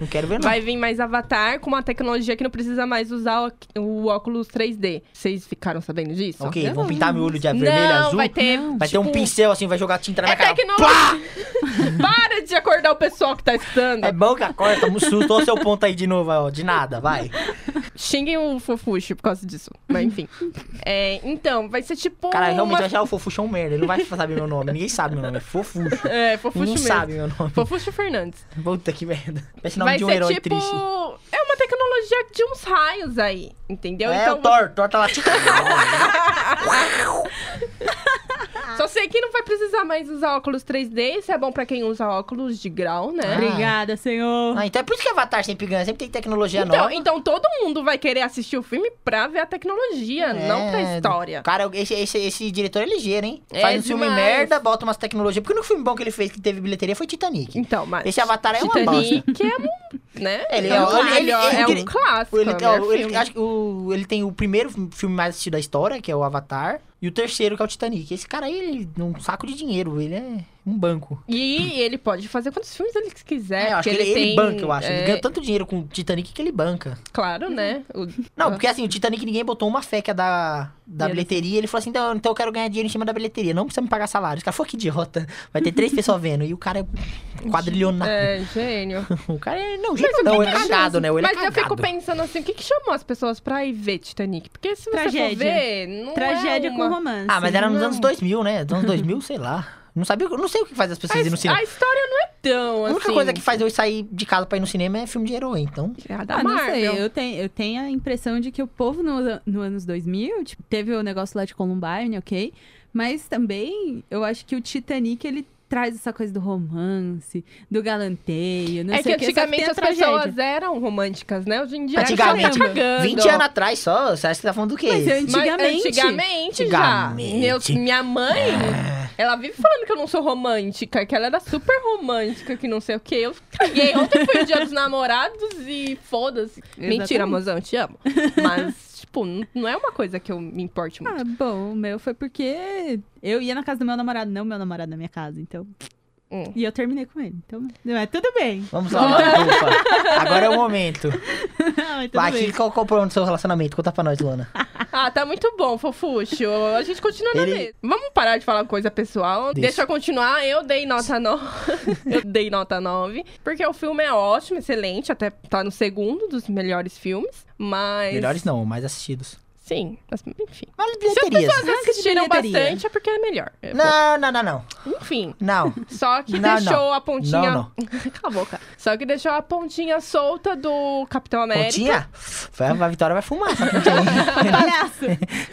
C: não quero ver, não.
A: Vai vir mais Avatar com uma tecnologia que não precisa mais usar o, o óculos 3D. Vocês ficaram sabendo disso?
C: ok,
A: Eu
C: vão
A: não-
C: pintar meu olho de vermelho,
A: não,
C: azul.
A: Vai ter,
B: Não.
C: vai ter um
A: tipo,
C: pincel assim, vai jogar tinta na
A: É
C: minha cara.
A: tecnologia! Para de acordar o pessoal que tá escutando.
C: É bom que acorda, toma um susto. Olha o seu ponto aí de novo, ó. De nada, vai.
A: Xinguem o Fofuxo por causa disso. Mas enfim. É, então, vai ser tipo.
C: Cara, realmente
A: uma...
C: vai achar o Fofuxo um merda. Ele não vai saber meu nome. Ninguém sabe meu nome. É Fofuxo.
A: É, Fofuxo
C: Ninguém
A: mesmo.
C: sabe meu nome.
A: Fofuxo Fernandes.
C: Puta que merda. Parece nome
A: Vai
C: de um
A: ser
C: herói
A: tipo.
C: triste.
A: É uma tecnologia de uns raios aí. Entendeu?
C: é,
A: então,
C: o Thor. Thor tá lá.
A: Só sei que não vai precisar mais usar óculos 3D. Isso é bom pra quem usa óculos de grau, né?
C: Ah.
B: Obrigada, senhor.
C: ah, então é por isso que Avatar sempre ganha. Sempre tem tecnologia
A: Então,
C: nova.
A: então todo mundo vai querer assistir o filme pra ver a tecnologia,
C: É,
A: não pra história.
C: Cara, esse, esse, esse diretor é ligeiro, hein?
A: É
C: Faz um filme
A: demais.
C: merda, bota umas tecnologias. Porque o único filme bom que ele fez que teve bilheteria foi Titanic.
A: Então, mas.
C: Esse Avatar é uma
A: Titanic é um. Né?
C: Ele
A: é
C: é-
A: um
C: ele-
A: clássico.
C: ele-
A: é
C: ele-
A: um clássico.
C: Ele,
A: é um
C: ó,
A: melhor
C: ele-
A: filme.
C: acho que o- ele tem o primeiro filme mais assistido da história, que é o Avatar, e o terceiro, que é o Titanic. Esse cara aí, ele é um saco de dinheiro, ele é um banco.
A: E ele pode fazer quantos filmes ele quiser.
C: É, eu acho que
A: porque
C: ele, ele
A: tem,
C: banca, eu acho. Ele
A: é,
C: ganha tanto dinheiro com o Titanic que ele banca.
A: Claro, né? O-
C: Não, porque assim, o Titanic ninguém botou uma fé que é da, da
B: Ia
C: bilheteria. Ele falou assim: então, então eu quero ganhar dinheiro em cima da bilheteria. Não precisa me pagar salário. Os caras falaram que idiota. Vai ter três pessoas vendo. E o cara é quadrilionário.
A: É, gênio.
C: O cara é. Não,
A: Mas
C: gente,
A: o
C: não,
A: que
C: ele é
A: que
C: cagado, né? Ele é
A: Mas eu
C: cagado.
A: fico pensando assim, o que, que chamou as pessoas pra ir ver Titanic? Porque se você
B: Tragédia.
A: for ver, não
B: Tragédia
A: é
B: com
A: uma...
B: romance.
C: Ah, mas era nos
A: assim,
B: Não.
C: anos 2000, né? Nos anos 2000, sei lá. Não sabia, eu não sei o que faz as pessoas irem no
A: a,
C: cinema.
A: a história não é tão
C: A
A: assim.
C: única coisa que faz eu sair de casa pra ir no cinema é filme de herói, então.
A: É a da
B: Ah, não sei,
A: Marvel.
B: eu tenho, eu tenho a impressão de que o povo no, no anos 2000, tipo, teve o negócio lá de Columbine, ok? Mas também, eu acho que o Titanic, ele traz essa coisa do romance, do galanteio, não
A: é que
B: sei o só
A: antigamente
B: tem a
A: as
B: tragédia.
A: pessoas eram românticas, né? Hoje em dia
C: Antigamente,
A: tá cagando.
C: 20 anos atrás só, você acha que tá falando do quê?
B: Mas eu-
A: Mas
B: Antigamente.
A: antigamente já.
C: Antigamente.
A: Meus- minha mãe,
B: É.
A: ela vive falando que eu não sou romântica, que ela era super romântica, que não sei o quê. Eu caguei. Ontem foi o dia dos namorados e foda-se. Mentira,
B: Exatamente.
A: mozão, eu te amo. Mas, tipo, n- não é uma coisa que eu me importe muito.
B: Ah, bom, o meu foi porque eu ia na casa do meu namorado, não meu namorado na minha casa, então...
A: Hum.
B: E eu terminei com ele, então... Mas tudo bem.
C: Vamos lá, opa. Agora é o momento.
B: Mas tudo
C: Vai,
B: bem.
C: que- qual, qual o problema do seu relacionamento? Conta pra nós, Luana.
A: Ah, tá muito bom, fofuxo. A gente continua na
C: Ele-
A: mesma. Vamos parar de falar coisa pessoal.
C: Deixa.
A: Deixa eu continuar. Eu dei nota 9. eu dei nota 9. Porque o filme é ótimo, excelente. Até tá no segundo dos melhores filmes. Mas.
C: Melhores não, mais assistidos.
A: Sim. É mas, enfim.
C: Mas bilheterias.
A: Mas assistiram
B: bilheteria.
A: bastante é porque é melhor. É,
C: Não, não, não, não.
A: bom, Enfim.
C: Não.
A: Só que
C: Não,
A: deixou
C: não.
A: a pontinha.
C: Não,
A: Cala a boca. Só que deixou a pontinha solta do Capitão América.
C: Pontinha? Vai, vai, a Vitória vai fumar essa
B: Palhaço!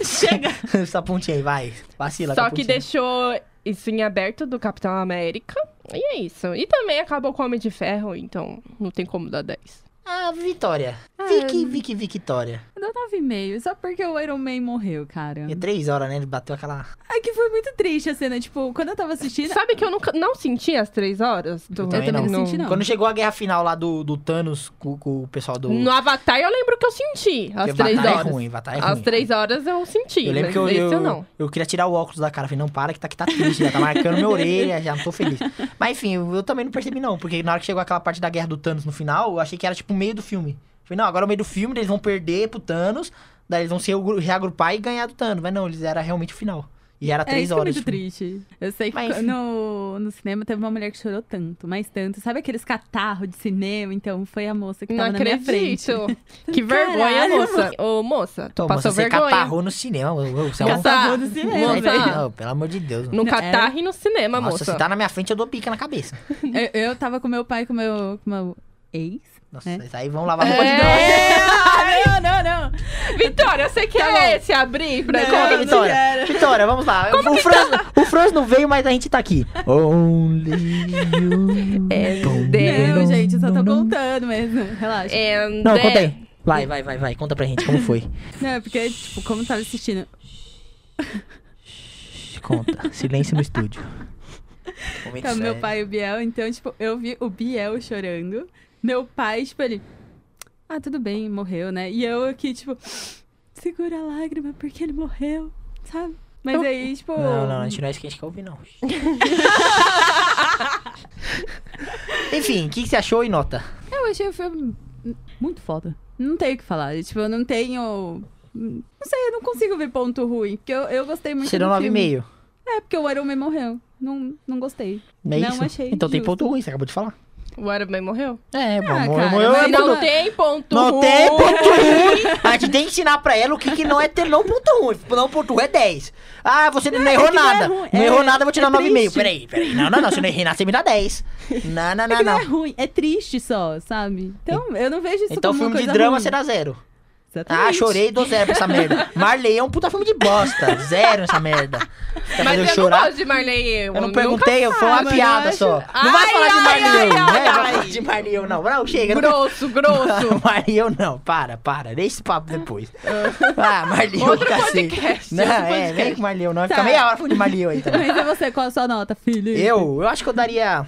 B: Chega!
C: pontinha. essa pontinha aí, vai. Vacila. com
A: Só
C: a
A: que
C: pontinha.
A: deixou isso em aberto do Capitão América. E é isso. E também acabou com o Homem de Ferro, então não tem como dar 10.
C: Ah, Vitória. Vicky, Vicky, Victória.
B: Eu dou 9,5, só porque o Iron Man morreu, cara.
C: É três horas, né? Ele bateu aquela.
B: É que foi muito triste a cena. Tipo, quando eu tava assistindo.
A: Sabe que eu nunca, não senti as três horas? Do...
C: Eu também Eu também
B: não. não senti, não.
C: Quando chegou a guerra final lá do, do Thanos com, com o pessoal do.
A: No Avatar eu lembro que eu senti as
C: Porque
A: três
C: Avatar
A: horas.
C: É ruim, Avatar é ruim.
A: As três horas eu senti,
C: Eu lembro
A: mas
C: que eu,
A: esse eu,
C: eu,
A: não.
C: eu queria tirar o óculos da cara. Falei, não, para que tá, que tá triste, já tá marcando minha orelha, já não tô feliz. Mas enfim, eu, eu também não percebi não, porque na hora que chegou aquela parte da guerra do Thanos no final, eu achei que era tipo o meio do filme. Falei, não, agora é o meio do filme, eles vão perder pro Thanos, daí eles vão se reagru- reagrupar e ganhar do Thanos. Mas não, eles era realmente o final. E era
B: É,
C: três
B: isso que é
C: horas.
B: muito
C: tipo.
B: triste. Eu sei que
C: Mas-
B: no, no cinema teve uma mulher que chorou tanto, mas tanto. Sabe aqueles catarro de cinema? Então, foi a moça que
A: Não
B: tava na minha frente.
A: acredito. Que vergonha,
B: Caralho,
A: moça. Ô, moça,
C: Tô,
A: passou
C: moça, você
A: vergonha. né,
C: catarrou no cinema. ô, ô, Você é um...
A: Catarro,
B: Catarro do cinema,
C: Não,
A: moça.
B: velho.
C: Não, pelo amor de Deus.
A: No
B: Não,
A: catarro e no cinema,
C: Nossa,
A: moça.
C: se tá na minha frente, eu dou pica na cabeça.
B: Eu, eu tava com meu pai, com meu, com meu ex.
C: Nossa,
B: É.
C: isso aí vão lavar a roupa de nós.
A: É...
B: não, não, não.
A: Vitória, eu sei que
B: Tá
A: é esse abrir pra
B: Não,
A: conta.
C: Conta,
B: não
C: Vitória.
B: quero.
C: Vitória, vamos lá. o, Franz,
B: tá?
C: o Franz não veio, mas a gente tá aqui. Only you.
A: É,
C: Dum,
A: Deus.
C: dum,
B: Não, gente, eu só tô
C: dum, dum.
B: contando mesmo. Relaxa.
A: And
C: Não,
A: then-
C: conta aí. Vai, vai, vai, vai. Conta pra gente como foi.
B: Não, é porque, tipo, como eu tava assistindo.
C: Conta. Silêncio no estúdio. Momento
B: Tá, meu
C: É sério.
B: pai e o Biel, então, tipo, eu vi o Biel chorando. Meu pai, tipo, ele. Ah, tudo bem, morreu, né? E eu aqui, tipo, segura a lágrima porque ele morreu, sabe? Mas aí, tipo.
C: Não, não, a gente não é isso que a gente quer ouvir, não. Enfim, o que, que você achou e nota?
B: Eu achei o filme muito foda. Não tenho o que falar. Tipo, eu não tenho. Não sei, eu não consigo ver ponto ruim. Porque eu, eu gostei muito.
C: Você deu
B: do filme.
C: 9,5.
B: É, porque o Iron Man morreu. Não, não gostei.
C: Não é
B: Não
C: isso?
B: achei
C: então tem
B: justo. Ah,
C: ponto ruim, você acabou de falar.
A: O Iron morreu?
C: É, bom,
B: cara,
C: morreu,
B: mas um
C: morreu, é
A: Se não
C: ponto-
A: tem ponto
C: Não
A: ruim.
C: tem ponto ruim. A gente tem que ensinar pra ela o que, que não é ter não ponto ruim. Não ponto ruim é 10. Ah, você não, errou
B: que não é
C: nada. Não,
B: ruim, é-
C: errou nada, eu vou te
B: é
C: dar 9,5.
B: triste.
C: Peraí, peraí. Não, não, não. Se eu não errei nada, você me dá 10. Não, não,
B: É
C: não,
B: que não, é
C: Ah, não.
B: ruim, é triste só, sabe? Então, eu não vejo isso
C: Então,
B: como uma
C: filme de
B: coisa
C: drama,
B: ruim.
C: você dá zero.
B: Exatamente.
C: Ah, chorei, dou zero pra essa merda. Marley é um puta filme de bosta. Zero essa merda. Quer
A: Mas
C: fazer
A: eu
C: eu chorar?
A: não gosto de Marley. Eu,
C: Eu não
A: nunca-
C: perguntei, eu- foi uma
B: sabe,
C: piada
B: eu acho-
C: só. Não vai
A: Ai,
C: falar de
A: ai,
C: Marley,
A: ai,
C: eu, não vai
A: ai,
C: falar
A: ai.
C: de Marley, eu, não. Não, chega. não-
A: Grosso, grosso.
C: Marley, eu não. Para, para. Deixa esse papo depois. ah, Marley, eu,
A: Outro
C: cacete.
A: podcast,
C: Não,
A: outro
C: é, vem
A: podcast.
C: com Marley, eu não. Vai
B: Tá.
C: ficar meia hora falando de Marley eu aí também.
B: Mas e você, qual a sua nota, filho?
C: Eu, eu acho que eu daria.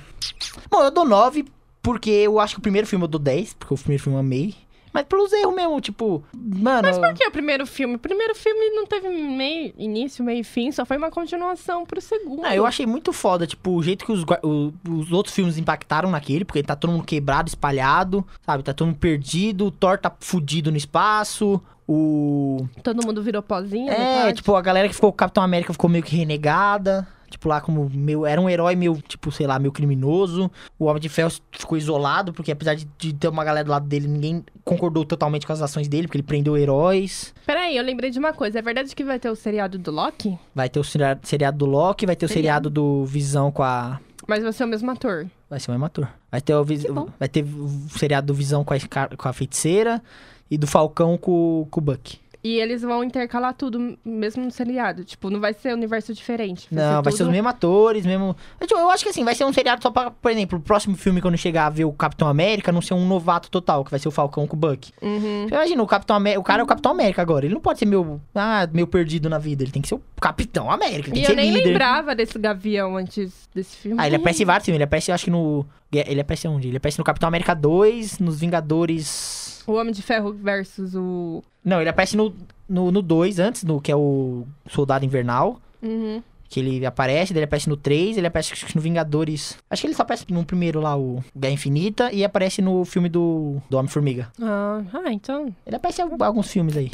C: Bom, eu dou 9, porque eu acho que o primeiro filme eu dou 10, porque o primeiro filme eu amei. Mas pelos erros mesmo, tipo. Mano.
A: Mas por que o primeiro filme? O primeiro filme não teve meio, início, meio e fim, só foi uma continuação pro segundo.
C: Ah, eu achei muito foda, tipo, o jeito que os, gua- o- os outros filmes impactaram naquele, porque tá todo mundo quebrado, espalhado, sabe? Tá todo mundo perdido, o Thor tá fudido no espaço, o.
A: Todo mundo virou pozinho, né? Então,
C: É,
A: metade.
C: tipo, a galera que ficou com o Capitão América ficou meio que renegada. Tipo, lá como meu. Era um herói meio, tipo, sei lá, meio criminoso. O Homem de Ferro ficou isolado, porque apesar de, de ter uma galera do lado dele, ninguém concordou totalmente com as ações dele, porque ele prendeu heróis.
A: tipo, Peraí, eu lembrei de uma coisa. É verdade que vai ter o seriado do Loki?
C: Vai ter o seria- seriado do Loki, vai ter o seriado do Visão com a.
A: Mas vai ser o mesmo ator.
C: Vai ser o mesmo ator. Vai ter o, vis...
B: Que bom.
C: vai ter o seriado do Visão com a, Scar- com a feiticeira e do Falcão com, com o Buck.
A: E eles vão intercalar tudo, mesmo no seriado. Tipo, não vai ser universo diferente.
C: Não, vai ser os
A: tudo-
C: mesmos atores, mesmo. Eu, tipo, eu acho que assim, vai ser um seriado só pra, por exemplo, o próximo filme quando chegar a ver o Capitão América, não ser um novato total, que vai ser o Falcão com o Buck.
A: Uhum.
C: Você Imagina, o Capitão América, o cara é o Capitão América agora. Ele não pode ser meu, ah, meu perdido na vida, ele tem que ser o Capitão América, ele tem
A: E
C: que
A: eu
C: ser
A: nem
C: líder.
A: lembrava desse Gavião antes desse filme.
C: Ah, ele aparece em vários filmes, ele aparece, eu acho que no ele aparece onde? Ele aparece no Capitão América 2, nos Vingadores.
A: O Homem de Ferro versus o.
C: Não, ele aparece no no, no 2 antes, no que é o Soldado Invernal.
A: Uhum.
C: Que ele aparece, daí ele aparece no 3, ele aparece acho que no Vingadores. Acho que ele só aparece no primeiro lá, o Guerra Infinita, e aparece no filme do, do Homem-Formiga.
A: Ah, ah, então.
C: Ele aparece em al- alguns filmes aí.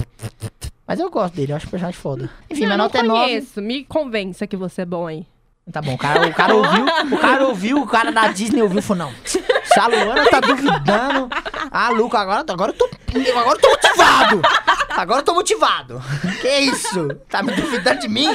C: Mas eu gosto dele, eu acho o personagem foda. Enfim, minha
A: não
C: nota é 9.
A: conheço. Me convença que você é bom aí.
C: Tá bom, o cara, o cara ouviu, o cara ouviu, o cara da Disney ouviu e falou, não, se a Luana tá duvidando, ah, Luca, agora, agora eu tô, agora eu tô motivado, agora eu tô motivado, que isso, tá me duvidando de mim?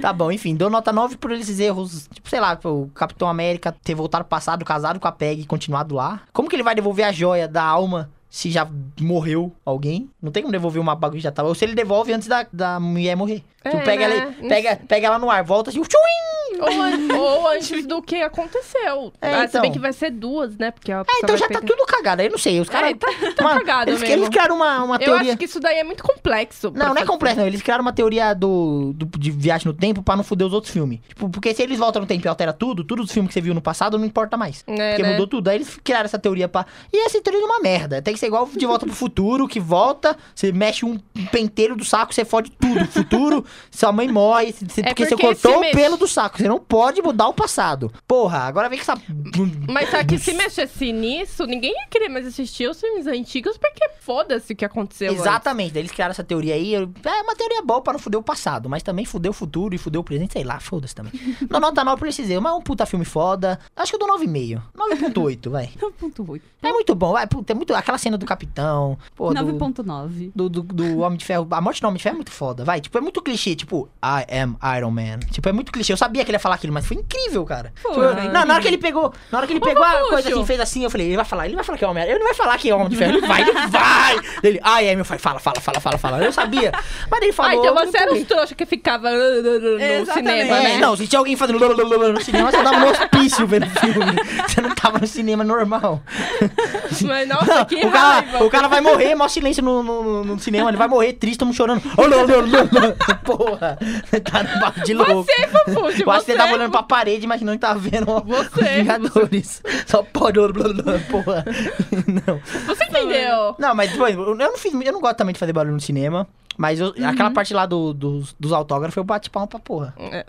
C: Tá bom, enfim, dou nota 9 por esses erros, tipo, sei lá, o Capitão América ter voltado ao passado, casado com a Peg e continuado lá, como que ele vai devolver a joia da alma? Se já morreu alguém, não tem como devolver uma bagulho que já tava. Ou se ele devolve antes da, da mulher morrer.
A: É,
C: tu pega,
A: né?
C: ela, pega, pega ela no ar, volta assim, tchuim!
A: Ou, an- ou antes do que aconteceu.
C: É,
A: ah, se bem
C: então.
A: que vai ser duas, né? Porque a
C: É,
A: pessoa
C: então
A: vai
C: já tá
A: pegar-
C: tudo cagado. aí Eu não sei. Os caras.
A: É, tá-
C: Mano,
A: cagado
C: eles,
A: mesmo.
C: eles criaram uma, uma
A: Eu
C: teoria.
A: acho que isso daí é muito complexo. pra
C: Não, não é
A: fazer.
C: complexo, não. Eles criaram uma teoria do, do- de viagem no tempo pra não foder os outros filmes. Tipo, porque se eles voltam no tempo e alteram tudo, tudo os filmes que você viu no passado não importa mais.
A: É,
C: porque
A: né?
C: mudou tudo. Aí eles criaram essa teoria pra. E essa teoria é uma merda. Tem que ser igual de volta pro futuro, que volta, você mexe um penteiro do saco, você fode tudo. Futuro, sua mãe morre, você-
A: É
C: porque, você
A: porque se
C: cortou o
A: mexe-
C: pelo do saco. Você não pode mudar o passado. Porra, agora vem que essa.
A: Mas só que se mexesse nisso, ninguém ia querer mais assistir os filmes antigos, porque foda-se o que aconteceu. antes.
C: Exatamente, daí eles criaram essa teoria aí. eu- É uma teoria boa pra não fuder o passado, mas também fuder o futuro e fuder o presente, sei lá, foda-se também. Na nota 9 eu precisei, mas é um puta filme foda. Acho que eu dou 9,5. 9,8, vai.
B: Então, 9.8.
C: É muito bom, vai. puta, É muito... Aquela cena do capitão. Porra, do-
B: 9.9.
C: do, do, do Homem de Ferro. A morte do Homem de Ferro é muito foda, vai. Tipo, é muito clichê. Tipo, I am Iron Man. Tipo, é muito clichê. Eu sabia que ele ia falar aquilo, mas foi incrível, cara.
B: Foi.
C: Tipo, eu- não, na hora que ele pegou, na hora que ele pegou a
A: Vapucho.
C: coisa assim, fez assim, eu falei, ele vai falar, ele vai falar que é Homem Ele não vai falar que é Homem de Ferro. Ele vai, ele vai. Ele, I am, eu falei, fala, fala, fala, fala, fala. Eu sabia. Mas ele falou.
A: Ah, então
C: eu
A: você era
C: não
A: os trouxa que ficava ah, ah, ah, no
B: Exatamente.
A: cinema,
C: é,
A: né?
C: não, se tinha alguém fazendo no cinema, você tava no hospício vendo filme. Você não tava no cinema normal.
A: Mas nossa, que
C: o, cara,
A: raiva.
C: o cara vai morrer, maior silêncio no, no- no cinema, ele vai morrer triste, todo mundo chorando. Olha, olha, olha, olha. Porra, você tá no bagulho de louco.
A: Você, Papucho,
C: Eu acho
A: você.
C: que
A: é
C: você tava olhando pra parede, imaginando que tava vendo ó,
A: Você. é
C: os Vingadores. Só pode. olha, olha, olha, Porra. Não.
A: Você
C: né?
A: entendeu?
C: Não, mas tipo, eu não fiz. Eu não gosto também de fazer barulho no cinema. Mas eu-
A: Uhum.
C: aquela parte lá do- dos, dos autógrafos eu bati palma pra porra.
A: É,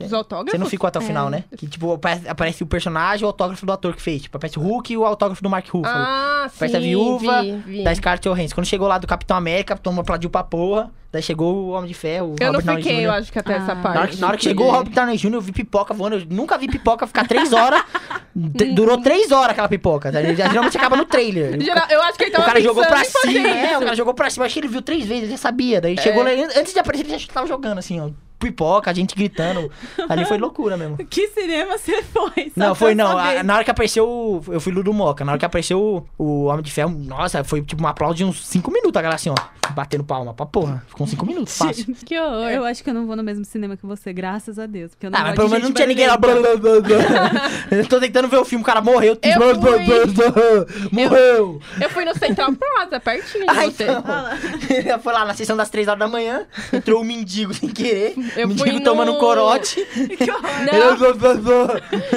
A: Os autógrafos?
C: Você não ficou
A: É.
C: até o final, né? Que tipo, aparece, aparece o personagem e o autógrafo do ator que fez. Tipo, aparece o Hulk e o autógrafo do Mark Ruffalo.
A: Ah, sim.
C: Parece a viúva
A: vi, vi.
C: da Scarlett Johansson. Quando chegou lá do Capitão América, todo mundo aplaudiu pra porra. Daí chegou o Homem de Ferro, o
A: Eu não
C: Robert Downey
A: fiquei,
C: Jr.
A: eu acho que até
B: Ah.
A: essa
B: Na
A: parte.
C: né? Na hora, que- na hora que chegou o Robert Downey Jr., eu vi pipoca voando. Eu nunca vi pipoca ficar três horas. T- Durou três horas aquela pipoca. tá? Geralmente acaba no trailer.
A: Geral- Eu acho que ele
C: O
A: tava
C: cara jogou
A: pensando
C: pra
A: em fazer
C: cima, é,
A: isso. É.
C: o cara jogou pra cima, acho que ele viu três vezes, ele já sabia. Daí chegou lá, antes de aparecer, ele já tava jogando assim, ó. Pipoca, a gente gritando. Ali foi loucura mesmo.
B: Que cinema você foi? Só
C: Não,
B: pra
C: foi
B: eu
C: não.
B: saber.
C: A- na hora que apareceu. o- Eu fui Ludo Moca. Na hora que apareceu o, o Homem de Ferro, nossa, foi tipo um aplauso de uns 5 minutos, a galera assim, ó. Batendo palma pra porra. Ficou 5 minutos, fácil.
A: Que horror.
B: Eu acho que eu não vou no mesmo cinema que você, graças a Deus. Porque eu não
C: Ah, mas
B: gosto
C: pelo
B: de
C: menos não
B: gente
C: tinha ninguém lá.
B: barulhenta.
C: blá, blá, blá, blá. Eu tô tentando ver o filme, o cara morreu.
A: Eu
C: blá, blá, blá, blá, morreu.
A: Eu tá, fui no Central Plaza, pertinho de
C: Ai,
A: você.
C: então. Foi lá na sessão das 3 horas da manhã, entrou o mendigo sem querer.
A: Eu
C: o mendigo
A: fui
C: tomando
A: no-
C: um corote.
A: Não,
C: Blá, blá, blá.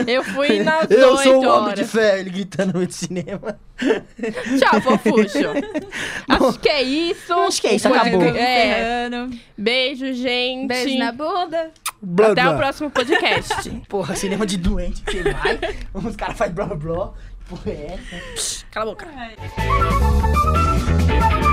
A: eu fui nas
C: Eu sou
A: 8
C: o Homem de
A: horas.
C: Ferro, ele gritando no cinema.
A: Tchau, fofuxo. Acho que é isso.
C: Acho que é isso,
A: O podcast-
C: acabou.
A: É.
B: Ferrando.
A: Beijo, gente.
B: Beijo na bunda.
C: Blá,
A: Até
C: blá.
A: o próximo podcast.
C: Porra, cinema de doente, você vai, os caras fazem blá blá blá. Porra, é essa?
A: Cala a boca.
B: Ai.